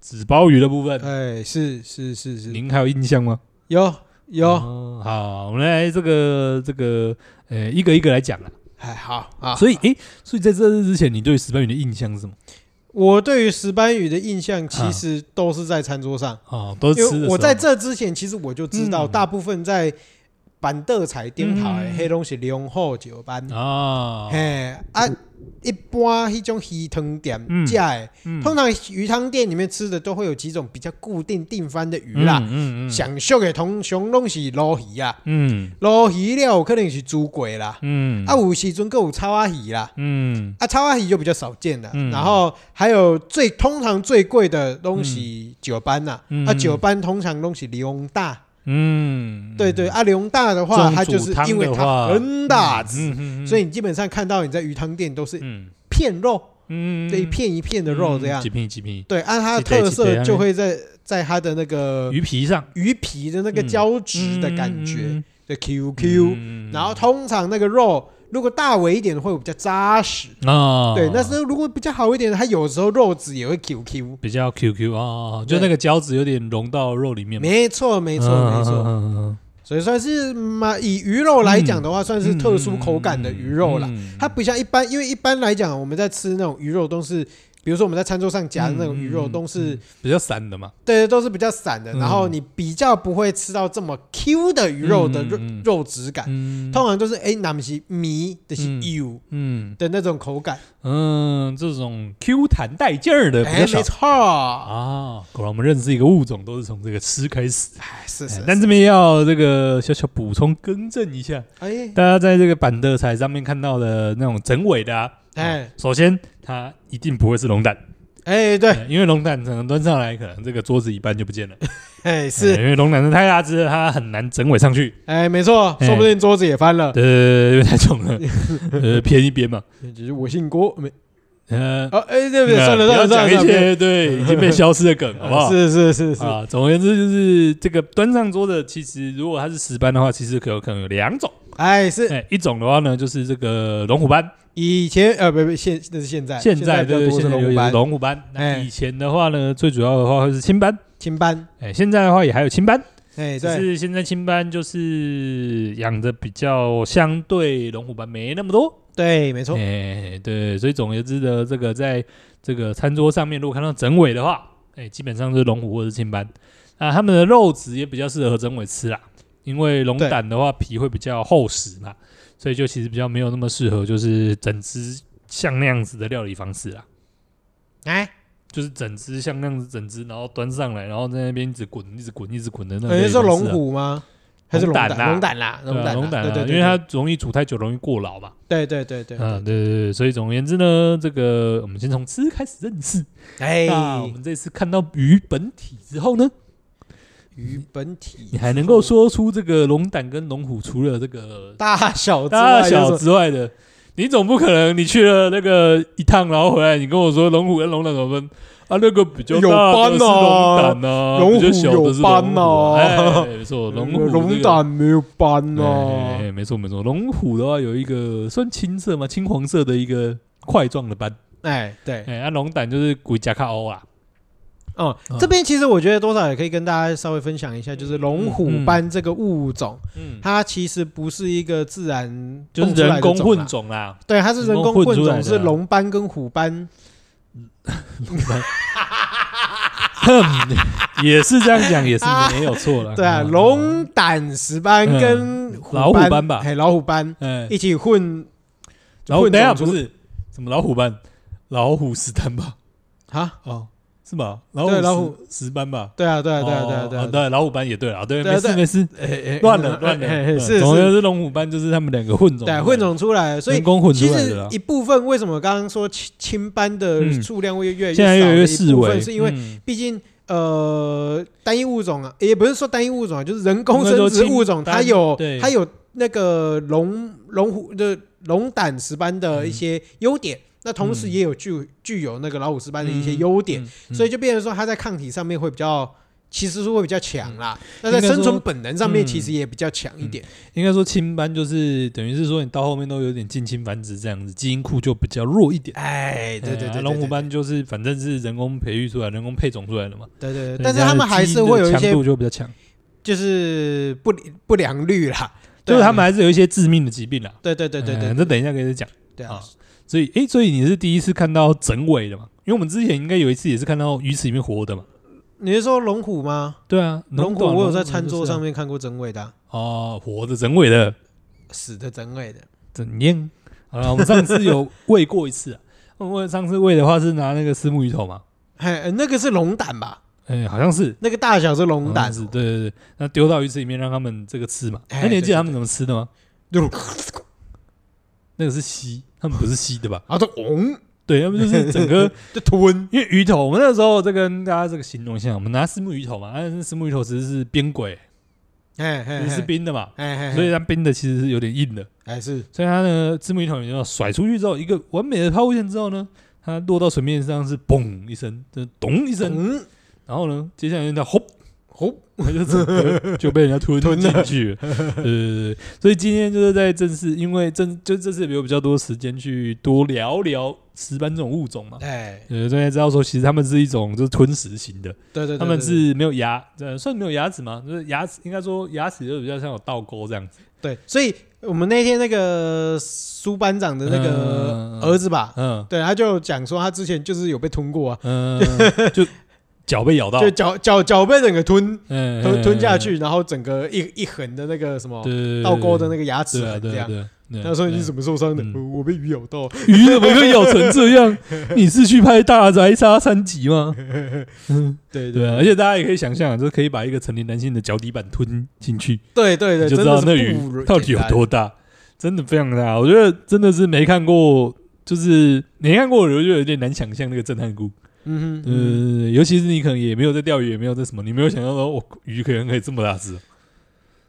纸包鱼的部
*laughs*
分，
哎是是是是，
您还有印象吗？
有有，
哦好，我们来这个这个呃一个一个来讲啦。
哎好啊，
所以，诶，所以在这之前，你对石斑鱼的印象是什么？
我对于石斑鱼的印象其实都是在餐桌上，
哦，啊都是
因
吃的
为
时候
我在这之前其实我就知道，
嗯
大部分在板凳菜顶头的
嗯
黑东西龙后酒班，
啊，
嘿啊，一般迄种鱼汤店
嗯
食的，
嗯
通常鱼汤店里面吃的都会有几种比较固定定番的鱼啦，
嗯嗯嗯
上俗的通常拢是鲈鱼啊，
嗯
鲈鱼了有可能是猪鬼啦，
嗯
啊有时阵佫有草啊鱼啦。
嗯
啊，超阿鱼就比较少见了。
嗯
然后还有最通常最贵的东西九斑呐，
嗯
啊九斑通常东西龙大，
嗯，
对对，啊龙大的
这
话，
种
它就
煮
是
汤
因为
的话
它很大只，
嗯嗯，
所
以
以你基本上看到你在鱼汤店都是
嗯
片肉，
嗯
对，一片一片的肉这样
几。片几片
对，按它的
几片
特
几片
色就会在在它的那个
啊鱼嗯皮上
鱼皮的那个
嗯
胶质的感觉，对 QQ。然后通常那个肉如果大尾一点的会比较扎实，
啊，
对，那时候如果比较好一点，它有时候肉质也会 QQ。
比较 QQ 啊，就那个胶质有点融到肉里面，
没错，没
嗯
错，没错。
错，
所以算是嘛，以鱼肉来讲的话，算是特殊口感的鱼肉
嗯
啦。它不像一般，因为一般来讲，我们在吃那种鱼肉都是，比如说我们在餐桌上夹的那种鱼肉都是，
比较散的嘛，
对，都是比较散的，
嗯
然后你比较不会吃到这么 Q 的鱼肉的
嗯
肉
嗯嗯
肉质感。
嗯
通常都是哎，那么是米，的是
嗯
油
嗯
的那种口感。
嗯，这种 Q 弹带劲儿的比
哎，
较
没
少。
错，
啊，果然我们认识一个物种都是从这个吃开始。
哎，是
哎
是。
但
是
这边要这个小小补充更正一下，
哎
大家在这个板凳彩上面看到的那种整尾的、啊，
哎
首先它一定不会是龙
*laughs*
胆，
哎，对，
哎因为龙胆可能端上来，可能这个桌子一半就不见了，
哎 *laughs*
哎
是
因为龙胆是太大只了，它很难整尾上去，
哎，没错，
哎
说不定桌子也翻了。哎
对对对对，因为太重
*laughs*
了，呃，偏一边嘛，
只是我姓郭，没
呃，
哦，哎，对不对？算了
不要
算了算了，
讲一
算了
些对已经被消失的
*laughs*
梗，好不好？
是是是是，
啊，总而言之就是这个端上桌的，其实如果它是石斑的话，其实可有可能有两种。
哎，是
哎、一种的话呢，就是这个龙虎斑，
以前呃，不不，现那是哎现在，
现
在
在
比较
对
多是
现在
龙
有
虎斑、
龙虎斑。那
哎
以前的话呢，最主要的话会是青斑，
青斑，
哎、现在的话也还有青斑，
哎，
只
对，
是现在青斑就是养的比较相对龙虎斑没那么多。
对，没
哎、
错，
对，所以总而言之的，这个在这个餐桌上面，如果看到整尾的话，哎、基本上就是龙虎或者是青斑。那它们的肉质也比较适合整尾吃啦，因为龙
对
胆的话皮会比较厚实嘛，所以就其实比较没有那么适合，就是整只像那样子的料理方式啦，
哎，
就是整只像那样子整只，然后端上来，然后在那边一直滚、一直滚、一直滚的那种、
哎，是说龙，虎吗？还是
啊龙
龙
胆啦
龙胆啦，
对啊，
胆，
龙胆
对
啊，
对
因
对，对
为它容易煮太久，容易过老嘛。
对对对对，
嗯，对对对，所以总而言之呢，这个我们先从吃开始认识。
哎，
那我们这次看到鱼本体之后呢，
鱼本体，
你还能够说出这个龙胆跟龙虎除了这个
大小之啊外
大
有什
小
么
之外的，你总不可能你去了那个一趟，然后回来你跟我说龙虎跟龙胆怎么分啊？那个比较
有
大的
斑
是龙
啊
胆啊，
龙虎
比较小的是龙
有
虎
斑啊
哎，没错，龙虎
龙
这个。
胆没有斑
哎，
哦，
哎没错没错，龙虎的话有一个算青色嘛，青黄色的一个块状的斑，
哎，对，
哎，啊龙胆就是鬼甲卡欧啦，
哦
嗯，
这边其实我觉得多少也可以跟大家稍微分享一下，就是龙虎斑这个物种，
嗯，
它其实不是一个自然
就是
蹦出来
人
的
工
种啦啊
混，种啊啦，
对，它是人工
人工混
混
出来的啊
种，是龙斑跟虎斑，
也是这样讲，也是没有错了。
啊 *laughs* 对啊，
嗯
龙胆石斑
嗯
跟虎
老虎斑吧
哎，老虎斑
哎，
一起混
然后
混
等一下
种
不
出
是什么老虎斑，老虎石斑吧？
啊，
哦，是吧？老虎
对老虎
石斑吧？
对啊，对啊，对啊，
哦
对啊，对
哦
啊，
对老虎斑也对了，对，
对啊
没事
对
没事，
哎哎
哦啊乱了乱了，
哎哎
嗯
是
总而言
是，
之，龙虎斑就是他们两个混种出来
对
的，
混种出来，所以
人工混
其
出来的
实
啦。
一部分为什么刚刚说青青斑的
嗯
数量会越来越
现在
少，
越来越
一
视
部
为，
分是因为
嗯
毕竟呃单一物种啊，也不是说单一物种啊，就是人工
应该
生
说
殖
青
物种，它
斑
有
对
它有那个龙龙虎的龙胆石斑的一些优点，那同时
嗯
也有具具有那个老虎石斑的一些
嗯
优点，
嗯嗯
所以就变成说它在抗体上面会比较。其实是会比较强啦，那
应
在
该
生存
说
本能上面
嗯
其实也比较强一点。
应该说青斑就是等于是说你到后面都有点近亲繁殖这样子，基因库就比较弱一点。
哎，对对
哎
对，
龙虎
对
斑就是反正是人工培育出来、人工配种出来的嘛，
对对对，
所以
但是
它
他
的
们还
基因
是会有一
的强
些
度就比较强，
就是不不良率啦，
就
对
是
啊
他们，还是有一些致命的疾病啦。
对对对对
哎
对
这等一下可以再讲。
对啊
啊，所以，哎，所以你是第一次看到整尾的嘛？因为我们之前应该有一次也是看到鱼池里面活的嘛。
你是说龙虎吗？
对啊，
龙虎
对啊
我有在
龙
餐桌上
就是
面看过真伪的啊、
啊哦，活的整尾的
死的真伪的。
怎样？好了，我们上次有喂过一次啊。 *laughs* 我们上次喂的话是拿那个丝木鱼头嘛，
哎，呃那个是龙胆吧？
哎，好像是
那个大小是龙胆
好像，是对对对，那丢到鱼池里面让他们这个吃嘛。
哎
那你
对
还记
对
得他们怎么吃的吗？
就？
那个是吸，他们不是吸的吧
然后啊就嗡
对，他们就是
*laughs*
整个，
就吞，
因为鱼头，我们那时候再跟大家这个形容一下，我们拿石目鱼头嘛，啊但是石目鱼头其实是冰鬼，
哎哎
也是，冰的嘛，
哎哎，
所以
以
它冰的其实是有点硬的，
还哎是
所以它呢，石目鱼头你要甩出去之后，一个完美的抛物线之后呢，它落到水面上是嘣一声，就是咚一声，
嗯，
然后呢，接下来它轰。
哦，
他就整个就被人家吞
吞了
进去了。对对对对，所以今天就是在正式，因为正就这次有比较多时间去多聊聊石斑这种物种嘛。
哎，
呃，大家知道说，其实它们是一种就是吞食型的，
对对，对
它们
对
是没有牙，呃，算没有牙齿嘛，就是牙齿应该说牙齿就比较像有倒钩这样子。
对，所以我们那天那个苏班长的那个
嗯
儿子吧，
嗯
对，他就讲说他之前就是有被吞过啊，
嗯，就 *laughs* 脚被咬到
就，脚脚脚被整个吞
嗯
吞吞下，去，然后整个一一横的那个什么
对对对，
倒钩的
个
那个牙齿
对啊
痕
对
这
啊
样。
对啊。对啊
他说
对啊
你是怎么受伤的？
嗯
呃我被鱼咬到。
鱼怎么可以咬成这
*laughs*
样？你是去拍《大宅杀三集》吗？
对
对
对
啊，而且大家也可以想象，就是可以把一个成年男性的脚底板吞进去，
对对
你
对，
就知
真的
道
是
那
不
鱼
容
到底有
简单
多大，真的非常大。我觉得真的是没看过，就是没看过，我就觉得有点难想象那个震撼菇。
嗯哼嗯，
呃，尤其是你可能也没有在钓鱼，也没有在什么，你没有想到说，我、鱼可能可以这么大只。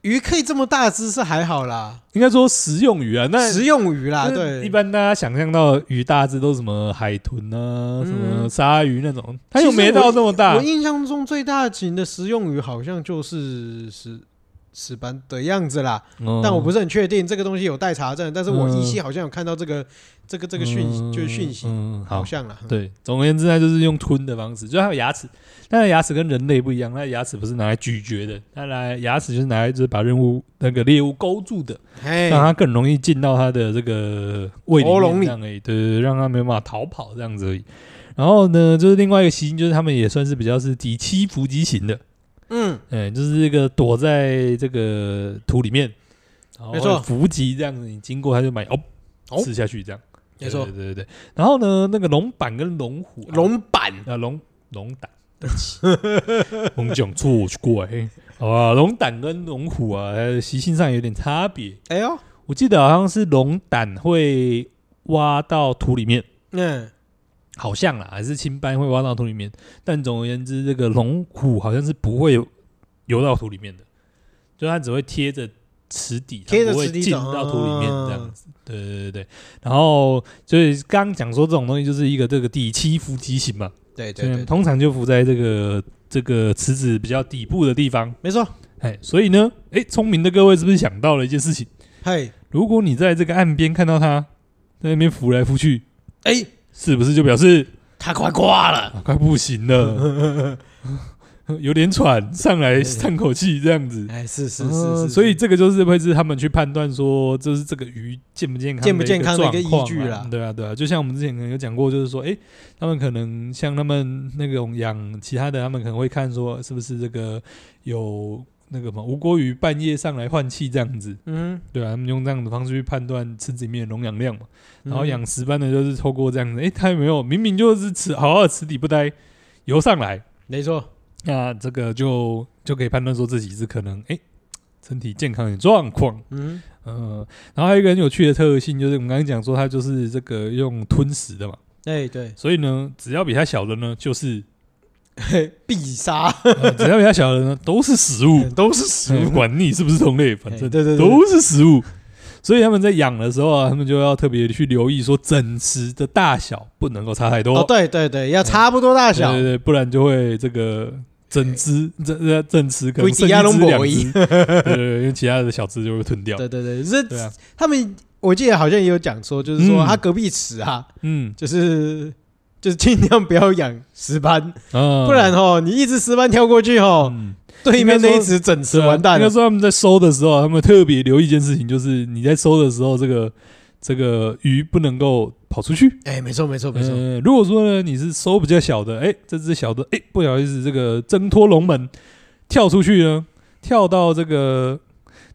鱼可以这么大只是还好啦，
应该说食用鱼啊，那
食用鱼啦，
就是
对，
一般大家想象到的鱼大只都是什么海豚啊，什么
嗯
鲨鱼那种，它
其
又
实
没
我
到那么大
我。印象中最大型的食用鱼好像就是石石斑的样子啦，但
但
我不是很确定这个东西有待查证，但是我
嗯
依稀好像有看到这个这个这个讯息，就是讯息，
嗯，好
好，像啦，
对，总而言之呢，就是用吞的方式，就它有牙齿，但是牙齿跟人类不一样，那牙齿不是拿来咀嚼的，它拿来牙齿就是拿来就是把任务那个猎物勾住的，
哎，
让它更容易进到它的这个胃里
喉咙里
面这样而已，对对对，让它没有办法逃跑这样子而已。然后呢，就是另外一个习性，就是他们也算是比较是敌栖伏击型的，
嗯，
嗯，就是这个躲在这个土里面，然后
没错
伏击这样子，你经过它就买哦
哦
吃下去这样，
没错
对，对对对。然后呢，那个龙板跟龙虎啊、
龙板
啊，龙龙胆，对不起，龙讲错过来，好吧，龙胆跟龙虎啊，呃习性上有点差别。
哎呦，
我记得好像是龙胆会挖到土里面，
嗯，
好像啦，还是青斑会挖到土里面，但总而言之，这个龙虎好像是不会游到土里面的，就它只会贴着池底，它
贴着
不会
池底
进
走
到土里面
啊
这样子。对对对对，然后就是刚刚讲说这种东西就是一个这个底栖伏击型嘛，
对对
所以
对，
通常就浮在这个这个池子比较底部的地方。
没错，
哎，所以呢，哎，聪明的各位是不是想到了一件事情？
嘿，
如果你在这个岸边看到它在那边浮来浮去，
哎，
是不是就表示
他快挂了。
啊，快不行了， *laughs* 有点喘，上来叹口气这样子。
哎，是是
嗯
是是，
所以这个就是会是他们去判断说，就是这个鱼健不健康、
健不健康的一个依据
啦
啦。
对啊，对啊，就像我们之前可能有讲过，就是说，哎、他们可能像他们那种养其他的，他们可能会看说是不是这个有那个什么无锅鱼半夜上来换气这样子，
嗯，
对啊，他们用这样的方式去判断池子里面的溶氧量嘛。然后
嗯
养石斑的，就是透过这样子，诶，它有没有明明就是池好好的池底不待，游上来，
没错，
那这个就就可以判断说自己是可能哎、诶身体健康有状况。
嗯，
嗯，然后还有一个很有趣的特性，就是我们刚刚讲说它就是这个用吞食的嘛，
哎对， *laughs*
所以呢，只要比它小的呢，就是、
嘿必杀，
呃只要比它小的呢，都是食物，
*laughs* 都是食
不管你是不是同类，反正
哎对对对对
都是食物。所以他们在养的时候啊，他们就要特别去留意说整池的大小不能够差太多，
哦，对对对，要差不多大小
对，对对，不然就会这个整只整呃整池可能
规矩
剩一
亚龙
只
博
两
伊
只，对对对，因为其他的小只就会吞掉。
对对对，这
对啊，
他们我记得好像也有讲说，就是说
嗯
他隔壁池啊，
嗯，
就是就是尽量不要养石斑，
不
不然哦，你一只石斑跳过去哦，
啊嗯，
对面那一只整池
是啊
完蛋
应
了
该。说他们在收的时候啊，他们特别留意一件事情，就是你在收的时候，这个这个鱼不能够跑出去。
哎，没错没错没错，
呃，如果说呢你是收比较小的，哎，这只小的，哎，不小心这个挣脱龙门跳出去呢，跳到这个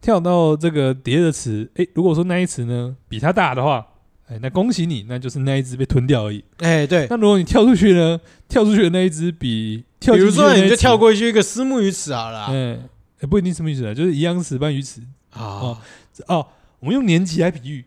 跳到这个叠的池，哎，如果说那一池呢比它大的话，哎，那恭喜你，那就是那一只被吞掉而已。
哎对，
那如果你跳出去呢，跳出去的那一只比跳
比
进
如
去的那
说
一
你就
只
跳，过去一个丝木鱼池好了啊
嗯、哎不一定什么意思啊，就是一样石斑鱼池。
啊，
哦，我们用年级来比喻。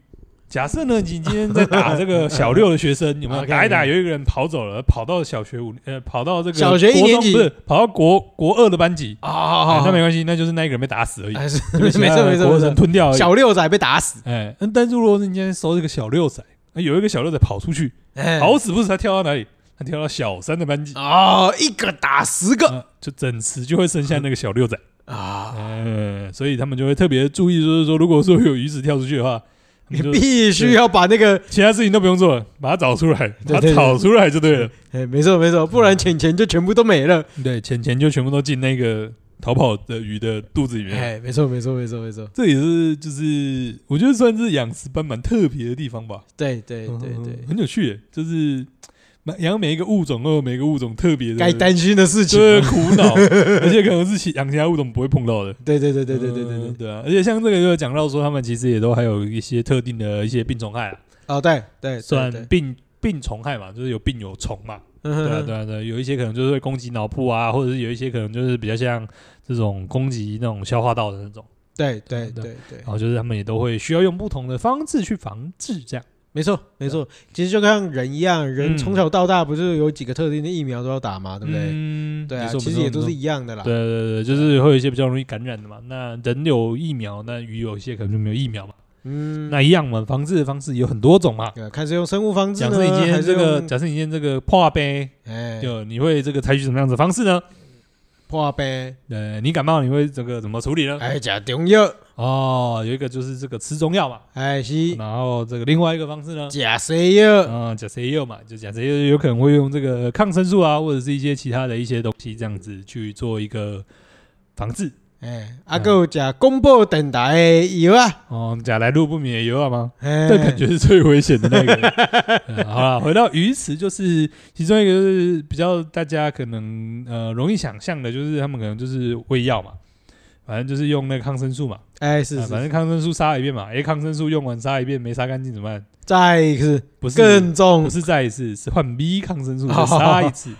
假设呢，你今天在打这个小六的学生，
*laughs*
有没有
OK，
打一打？
OK
有一个人跑走了，跑到小学五呃，跑到这个
小学一
国中
年级
不是跑到国国二的班级，
啊好
哎
好，
那没
有，
关系，那就是那一个人被打死而
*laughs*
已，
哎是
就
没错
被其他的
没错
国
没错，
人吞掉而已。
小六仔被打死，
哎，嗯但是如果是你今天收这个小六仔，哎有一个小六仔跑出去，
哎
好死不死他跳到哪里？他跳到小三的班级，
哦，一个打十个
啊就整池就会剩下那个小六仔。
呃啊，
哎，所以他们就会特别注意，就是说，如果说有鱼子跳出去的话，他
你
们就
必须要把那个，
其他事情都不用做了，把它找出来，把
对对
它
对
找出来就对了。
哎没错没错，不然钱钱就全部都没了，
对，钱钱就全部都进那个逃跑的呃鱼的肚子里面。
哎没错没错没错没错，
这也是就是我觉得算是养殖斑蛮特别的地方吧。
对对对
嗯
对，
很有趣耶，就是蛮养每一个物种都有每个物种特别的
该担心的事情
就，是苦 *laughs* 恼，而且可能是其养其他物种不会碰到的。
对对对对对对对
嗯
对，
对啊！而且像这个就有讲到说，他们其实也都还有一些特定的一些病虫害啊，
哦对对，
算
对，
病病虫害嘛，就是有病有虫嘛。对啊，
对
对啊，对啊，有一些可能就是会攻击脑部啊，或者是有一些可能就是比较像这种攻击那种消化道的那种，
对对对对
然，后就是他们也都会需要用不同的方式去防治这样。
没错没错，其实就像人一样，
嗯
人从小到大不是有几个特定的疫苗都要打嘛，对不对？
嗯，
对
没
啊，
错
其实也都。是
没错没错
一样的啦。
对对对，就是会有一些比较容易感染的嘛。那人有疫苗，那鱼有一些可能就没有疫苗嘛。
嗯，
那一样嘛，防治的方式有很多种嘛。
呃看是用生物防治
假
呢，
设你今
还
天
是
这个，
用
假设你今天这个破杯，
哎
就你会这个采取什么样子的方式呢？
破呗，
呃，你感冒你会这个怎么处理呢？
哎吃中药，
哦，有一个就是这个吃中药嘛，
哎是
然后这个另外一个方式呢，
吃西药，
嗯，假设也有嘛，就假设也有可能会用这个抗生素啊，或者是一些其他的一些东西，这样子去做一个防治。
哎啊还有吃广播电台的药啊，
哦，假来路不明也有啊吗？
哎
这感觉是最危险
*laughs*
的那个。嗯好了，回到鱼池，就是其中一个就是比较大家可能呃容易想象的，就是他们可能就是喂药嘛，反正就是用那个抗生素嘛，
哎是
啊
是
反
是，
正抗生素杀一遍嘛，诶，抗生素用完杀一遍没杀干净怎么办？
再一次
不是
更
不
重，
是再一次，是换 B 抗生素再
哦
杀一次。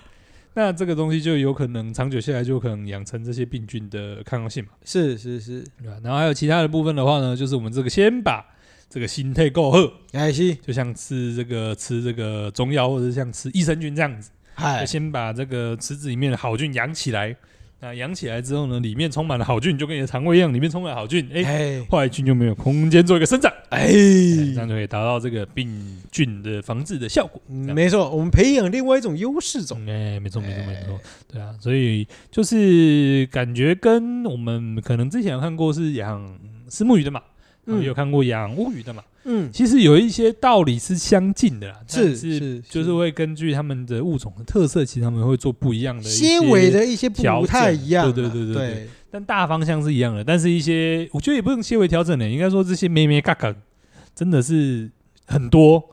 那这个东西就有可能长久下来就可能养成这些病菌的抗药性嘛，
是是是，
对吧？然后还有其他的部分的话呢，就是我们这个先把这个心态够喝，
哎是，
就像吃这个吃这个中药或者像吃益生菌这样子，
嗨
就先把这个池子里面的好菌养起来。那养起来之后呢，里面充满了好菌，就跟你的肠胃一样，里面充满了好菌，哎、
哎
坏菌就没有空间做一个生长，
哎，
哎这样就可以达到这个病菌的防治的效果。
嗯没错，我们培养另外一种优势种，
嗯哎、没错，没错，没错
哎，
对啊，所以就是感觉跟我们可能之前有看过是养石目鱼的嘛，然后
嗯
啊也有看过养乌鱼的嘛，
嗯，
其实有一些道理是相近的啦，但
是
是
是，
就是会根据他们的物种的特色，其实他们会做不一样的一些
纤维，的一些不太一样啊，
调整对对对对
对
对但大方向是一样的。但是一些我觉得也不用纤维调整的，应该说这些咩咩嘎嘎真的是很多，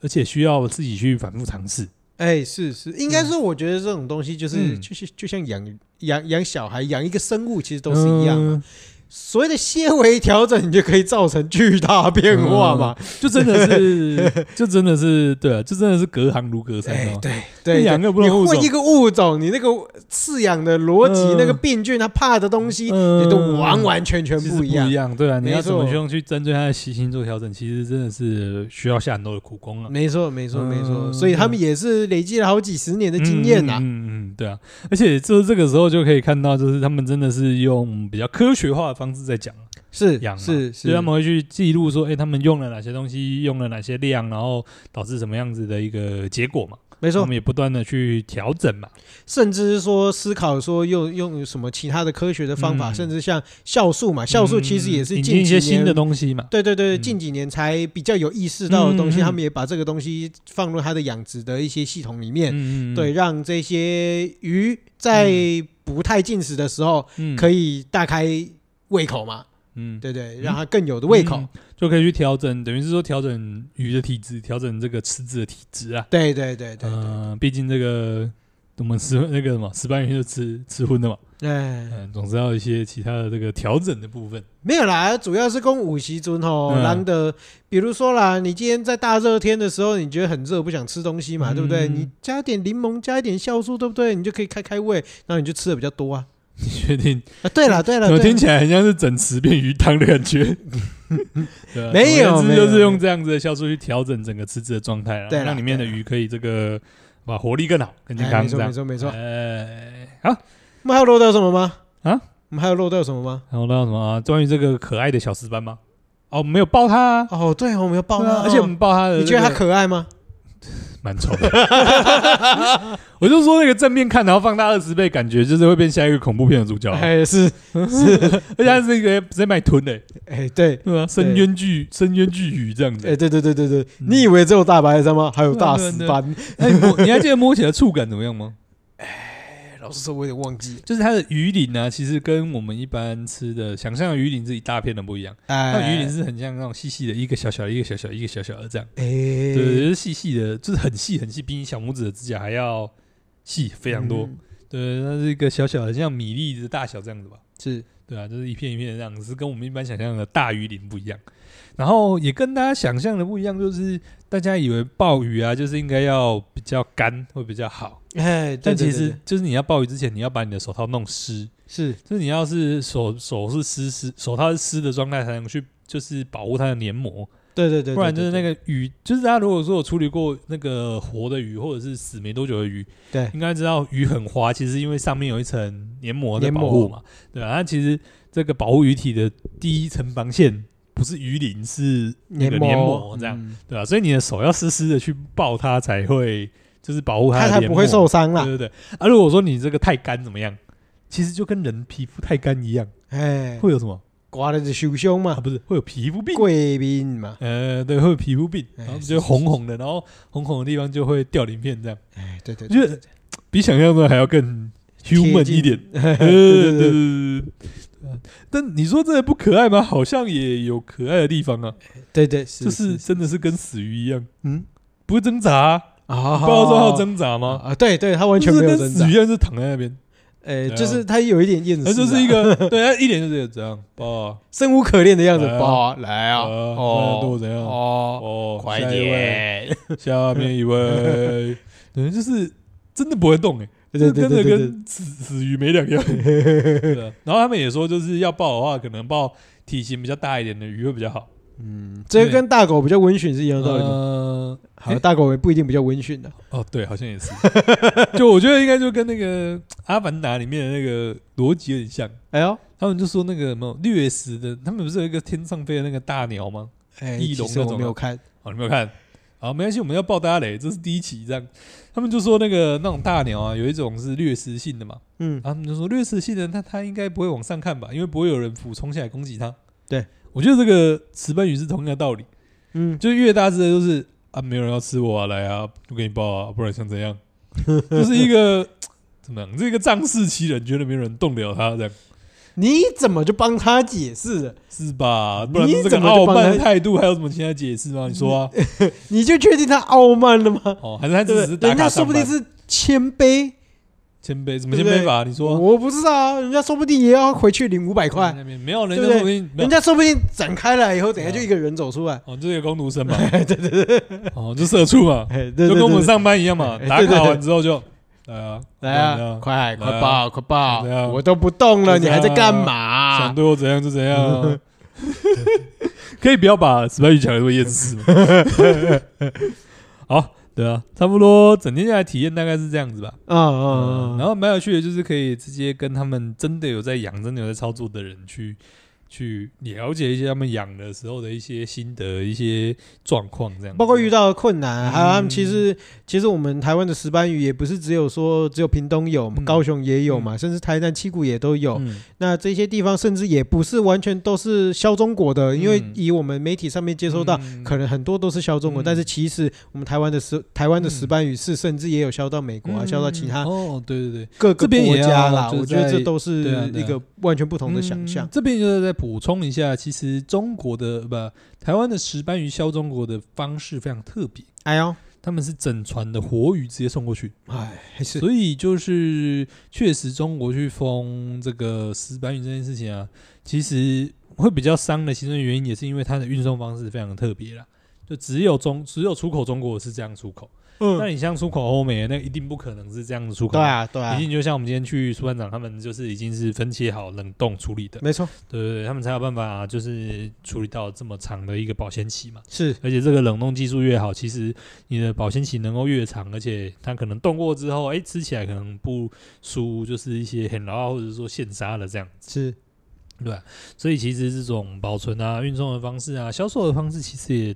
而且需要自己去反复尝试。
哎，是是，应该说，我觉得这种东西就是、
嗯
就是就像养养养小孩、养一个生物，其实都是一样嘛。啊
嗯
所谓的纤维调整，你就可以造成巨大变化嘛。 *laughs*
就真的是，就真的是，对啊，就真的是隔行如隔山
哎
哦，。
对对，
养个不同物
你
种
混一，个物种，你那个饲养的逻辑
嗯、
那个病菌，它怕的东西，
嗯
你都完完全全
其实
不一样
不一。样，对啊，你要
没
怎
错
么用去针对它的习性做调整，其实真的是需要下很多的苦功啊。
没错，没错，没错。
嗯
所以他们也是累积了好几十年的经验呐、
嗯嗯嗯嗯，对啊，而且就是这个时候就可以看到，就是他们真的是用比较科学化的方式在讲
是
养嘛，
是
所以
是
他，们会去记录说，哎、他们用了哪些东西，用了哪些量，然后导致什么样子的一个结果嘛，
没
他
错
们。也不断的去调整嘛，
甚至是说思考说用用什么其他的科学的方法，
嗯
甚至像酵素嘛，酵素其实也
嗯
是
引进
近
一
几
些
年
新的东西嘛，
对对对，
嗯
近几年才比较有意识到的东西，
嗯嗯嗯
他们也把这个东西放入它的养殖的一些系统里面，
嗯
对，，让这些鱼在不太进食的时候，
嗯
可
以，
以大开胃口嘛，
嗯，
对对，让它更有的胃口，
嗯就可以去调整，等于是说调整鱼的体质，调整这个池子的体质啊，
对对对对对，
嗯，毕竟这个我们石那个什么石斑鱼就吃吃荤的嘛，
哎，
嗯，总是要一些其他的这个调整的部
*laughs*
分。
没有啦，主要是供五席尊吼，
嗯
难得，比如说啦，你今天在大热天的时候，你觉得很热，不想吃东西嘛，
嗯
对不对？你加点柠檬，加一点酵素，对不对？你就可以开开胃，然后你就吃的比较多啊。
你确定？
啊，对了对了，
怎么
对
听
啦
起来很像是整池变鱼汤的
*laughs*
感觉？对啊
没有
总而言之
没有
就是用这样子的酵素去调整整个池子的状态啊，
对啦
让里面的鱼可以这个把活力更好、更健
哎
康
没
这
错
样
没。错没错。
哎，好，
我们还有漏掉什么吗？
啊，
我们还有漏掉什么吗？
然后到什么啊？关于这个可爱的小石斑吗？哦，没有抱它啊，
哦，对，我们要爆
对
它
啊
哦，
而且我们抱它的，
你觉得它可爱吗？
蛮丑的。 *laughs* 我就说那个正面看，然后放大二十倍，感觉就是会变下一个恐怖片的主角啊。
哎，是是，
而且它是一个直接买吞的、欸，
哎，对。
对吧？深渊巨深渊巨鱼这样子
哎，，对对对对对，你以为只有大白鲨吗？还有大石斑。
那哎你摸你还记得摸起来触感怎么样吗？
哎老实说，我有点忘记了。
就是它的鱼鳞呢、其实跟我们一般吃的想象的鱼鳞是一大片的不一样。它的
哎，
鱼鳞是很像那种细细的，一个小小的，一个小小的，一个小小的这样。
哎，
对，就是细细的，就是很细很细，比你小拇指的指甲还要细非常多。
嗯
对，它是一个小小的，像米粒的大小这样子吧。
是
对啊，就是一片一片的这样，只是跟我们一般想象的大鱼鳞不一样。然后也跟大家想象的不一样，就是大家以为鲍鱼啊，就是应该要比较干会比较好，
哎，对
但
对对
其实就是你要鲍鱼之前，你要把你的手套弄湿，
是
就是你要是手手是湿湿，手套是湿的状态，才能去就是保护它的黏膜，
对对对，
不然就是那
个
个鱼，就是大家如果说有处理过那个活的鱼或者是死没多久的鱼，
对
应该知道鱼很滑，其实因为上面有一层黏膜在
黏
保
膜
护嘛，对啊，它其实这个保护鱼体的第一层防线不是鱼鳞，是那
黏
个
膜嗯
黏膜这样，，对啊吧、所以你的手要湿湿的去抱它，才会就是保护它
它
的
才
黏
不
膜
会受伤啦。
对对对，啊，如果说你这个太干怎么样？其实就跟人皮肤太干一样，
哎，
会有什么
刮的是受伤
啊？
嘛，
不是，会有皮肤病。
贵宾嘛，
呃，对，会有皮肤病，
哎
然后就红红的，然后红红的地方就会掉鳞片，这样，
哎，对对，
我觉得比想象中还要更 human
近
一点。
对
呃 *laughs* 对
对
对对
对对
对对啊但你说这不可爱吗？好像也有可爱的地方啊，
对对，
就是是真的是跟死鱼一样，
嗯，
不会挣扎啊，
啊，
不知道说它有
好
挣扎吗？
啊，对对，他完全
就是
没有
跟
挣
死
扎
鱼，一样，就是躺在那边，
哎，
对啊
就是他有一点厌世
它
啊，
就是一个， *laughs* 对，它一脸就是这样，哦，
生无可恋的样子
来啊，
包啊来啊，
呃那对我
哦
怎样？
哦，
哦，
快
下一位，
点，
下面
*laughs*
一位，对，就是真的不会动哎。
对对对
这真的
对嗯对对，
跟死死鱼没
*laughs*
两样。对啊然后他们也说，就是要抱的话，可能抱体型比较大一点的鱼会比较好。
嗯，这个跟大狗比较温驯是一样的道理吗。
呃，
好，大狗也不一定比较温驯的，
哦，对，好像也是。 *laughs* 就我觉得应该就跟那个《阿凡达》里面的那个逻辑有点像。
哎呦，
他们就说那个什么掠食的，他们不是有一个天上飞的那个大鸟吗？
哎，
翼
其
龙
实
那
我
种
没有
啊
看，
好，你没有看？好，没关系，我们要爆大家雷，这是第一期这样。他们就说那个那种大鸟啊，有一种是掠食性的嘛，
嗯，
然后他们啊就说掠食性的，那它应该不会往上看吧，因为不会有人俯冲下来攻击它。
对，
我觉得这个石斑鱼是同样的道理，
嗯，
就是越大只的，就是啊，没有人要吃我啊，来啊，就给你抱啊，不然
*laughs*
想怎样？就是一个怎么样？这个仗势欺人，觉得没有人动得了它，这样
你怎么就帮他解释了？
是吧？不然
你
这个
怎么就
傲
帮它
慢的态度还有什么其他解释吗？你
*laughs*
说啊？
你就确定他傲慢了吗？
哦，还是他
对
只
不
是
对？
打
人
卡
家说
上
不
班
定？是谦卑，
谦卑怎么
对
谦
不对
卑法？你说
我不知道啊，人家说不定也要回去领五百块，
那边没有人
对
家
不对
说不定没有
人家说不定展开了以后，等下就一个人走出来，
哦，这个工
*laughs*
读生嘛，对对对，哦，就社畜嘛，
哎，对对
就跟我们
对，
上班一样嘛，
哎
打
对对
卡
对
完之后就来啊，
来
怎
啊，
样
快
来啊
快抱快抱
怎样，
我都不动了，你
就这样
还
啊
在干嘛
想？对我怎样就怎样
*laughs*
啊。可以不要把石白鱼讲的这么厌世吗？
*laughs*
好，对啊，差不多整天下来体验大概是这样子吧。
嗯嗯嗯
然，后蛮有趣的，就是可以直接跟他们真的有在养、真的有在操作的人去去了解一些他们养的时候的一些心得、一些状况这样子。
包括遇到的困难，还有他
嗯
们其实其实我们台湾的石斑鱼也不是只有说只有屏东有
嗯，
高雄也有嘛，甚至台南七股也都有。
嗯
那这些地方甚至也不是完全都是消中国的，因为
嗯
以我们媒体上面接收到。
嗯
可能很多都是销中国，
嗯
但是其实我们台湾的石台湾的石斑鱼是甚至也有销到美国啊，
嗯
销到其他
哦，对对对，
各个
这边
国
也
家
要
啦。
就是
我觉得
在
这都是
对啊对
一
啊
个完全不同的想象
嗯。这边就是再补充一下，其实中国的不，台湾的石斑鱼销中国的方式非常特别，
哎呦，
他们是整船的活鱼直接送过去，
哎，还是
所以就是确实中国去封这个石斑鱼这件事情啊，其实会比较伤的，其中的原因也是因为它的运送方式非常的特别啦。就只有中只有出口中国是这样出口，那
嗯，
你像出口欧美，那一定不可能是这样子出口。
对啊，对啊
一，定就像我们今天去苏班长他们，就是已经是分切好冷冻处理的，
没错，
对对对，他们才有办法就是处理到这么长的一个保鲜期嘛。
是
而且这个冷冻技术越好，其实你的保鲜期能够越长，而且它可能冻过之后，哎，吃起来可能不输就是一些很老或者说现杀的这样，
是，
对吧？所以其实这种保存啊、运送的方式啊、销售的方式，其实也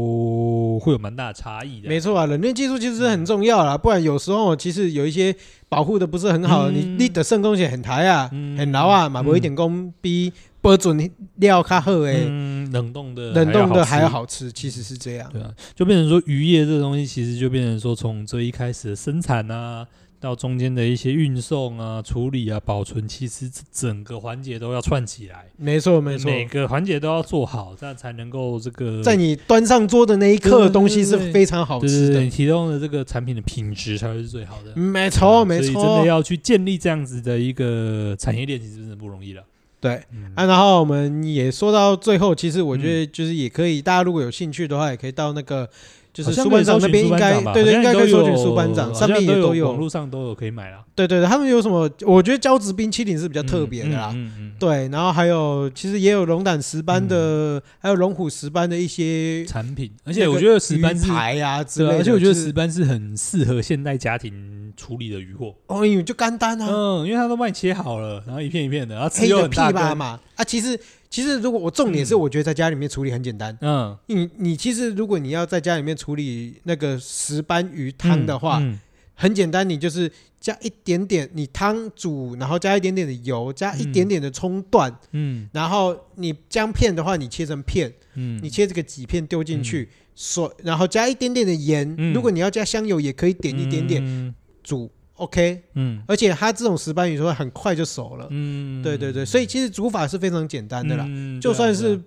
都会有蛮大的差异的。
没错啊。冷链技术其实很重要啦，不然有时候其实有一些保护的不是很好，
嗯
你你的肾风险很抬啊，
嗯
很牢啊，嘛不一点工比保准料较好诶，
嗯，冷冻的
冷冻的还
要
要
好吃。
好吃，其实是这样。
对啊，就变成说渔业这东西，其实就变成说从最一开始的生产啊，到中间的一些运送啊、处理啊、保存，其实这整个环节都要串起来，
没错，没错。
每个环节都要做好，这样才能够这个
在你端上桌的那一
对对
刻，
对
东西是
对对
非常好
对
吃
对对，
的
你。提供的这个产品的品质才会是最好的。
没错，没
啊所以真的
错。
要去建立这样子的一个产业链，其实真的不容易了。
对
嗯，
啊，然后我们也说到最后，其实我觉得就是也可以，大家如果有兴趣的话，也可以到那个就是
好像
苏
可
班
以
长
搜
那
寻
边
苏
应
班
该
长吧
对对，应
好像
该可以
都
搜
有
寻苏班长，
好
上面
像
也
都
都
网络上都有可以买啦，
对对对，他们有什么？我觉得胶质冰淇淋是比
比
较特别的啦。
嗯嗯嗯
对，然后还有其实也有龙胆石斑的，还有龙虎石斑的一些
嗯，产品，而
而
且我觉得石斑是
排呀之
对
类
啊，
的，
而且我觉得
就是
石斑是很适合现代家庭处理的鱼货。
哦，因为就干单啊，
嗯，因为它都帮你切好了，然后一片一片的，然后吃
黑
又
的
很
屁
大
吧
根。
嘛啊，其实其实如果我重点是，
嗯
我觉得在家里面处理很简单。
嗯，
你你其实如果你要在家里面处理那个石斑鱼汤的话，
嗯
很简单，你就是加一点点，你汤煮，然后加一点点的油，加一点点的葱段，
嗯
然后你姜片的话，你切成片，
嗯，
你切这个几片丢进去，水，然后加一点点的盐，
嗯
如果你要加香油也可以点一点点、
嗯
煮，OK。
嗯
而且它这种石斑鱼的话，很快就熟了。
嗯
对对对，所以其实煮法是非常简单的啦，
嗯
就算
对啊
是、
对啊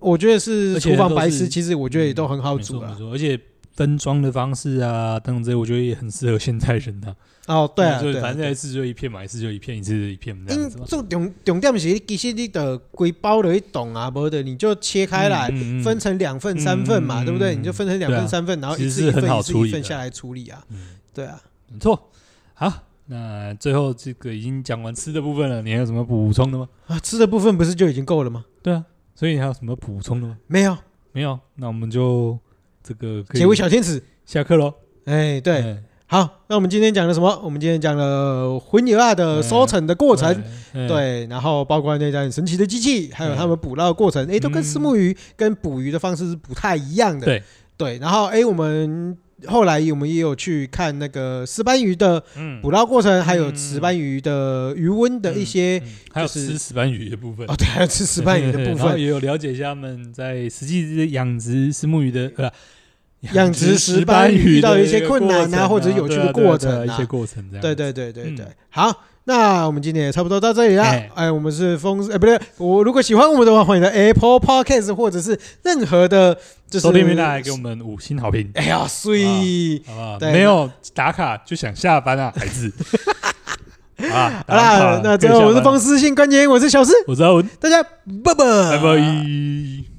我觉得是
而且
厨房
都
白
是嗯
痴，其实我觉得也都很好
没
煮
错没
了。
错，而且分装的方式啊等等这些，我觉得也很适合现代人的。
哦，对啊，
嗯就
对
是
啊，
反
对
正
啊
一次就一片嘛，一次就一片，一次就一片这样
因
子嘛。
重重重点是，其实你的规包了一懂啊，不的你就切开来，
嗯嗯嗯
分成两份、三份嘛，
嗯
对不对？
嗯
你就分成两
对啊
份、三份，然后
其
一
实
次
是
一
很
份
好
一次
处
一
理的
份下来处理啊。
嗯
对啊，
没错，好，那最后这个已经讲完吃的部分了，你还有什么补充的吗？
啊，吃的部分不是就已经够了吗？
对啊，所以你还有什么补充的吗？
没有，
没有，啊那我们就这个可以
结尾小天使。
下课喽。
哎，对，
哎，
好，那我们今天讲了什么？我们今天讲了魂油啊
嗯
的收成的过程，
哎，
对，然后包括那台很神奇的机器，还有他们捕捞的过程，哎，都跟
嗯
私募鱼跟捕鱼的方式是不太一样的。
对
对，然后哎，我们后来我们也有去看那个石斑鱼的
嗯
捕捞过程，还有
嗯
石斑鱼的鱼温的一些、
嗯还有
就是
吃石斑鱼的部分哎
哦，，对，还有吃石斑鱼的部
*laughs* 然后
分，
也有了解一下他们在实际养殖石目鱼的呃。
*laughs* 养殖石斑鱼遇到一些困难啊
啊，
或者有趣的过程啊
对对对一些过程这样。
对，对对对对，
嗯
好。那我们今天也差不多到这里啦
哎。
哎，我们是风，哎，不对，我如果喜欢我们的话，欢迎到 Apple Podcast 或者是任何的，就是
收听平台给我们啊五星好评，
哎呀，所以
好不好？
对 *laughs*
没有打卡就想下班啊，孩子。啊，
好啦，那最后我是风湿性关节炎，我是小诗，
我是阿文，
大家拜拜，
拜拜。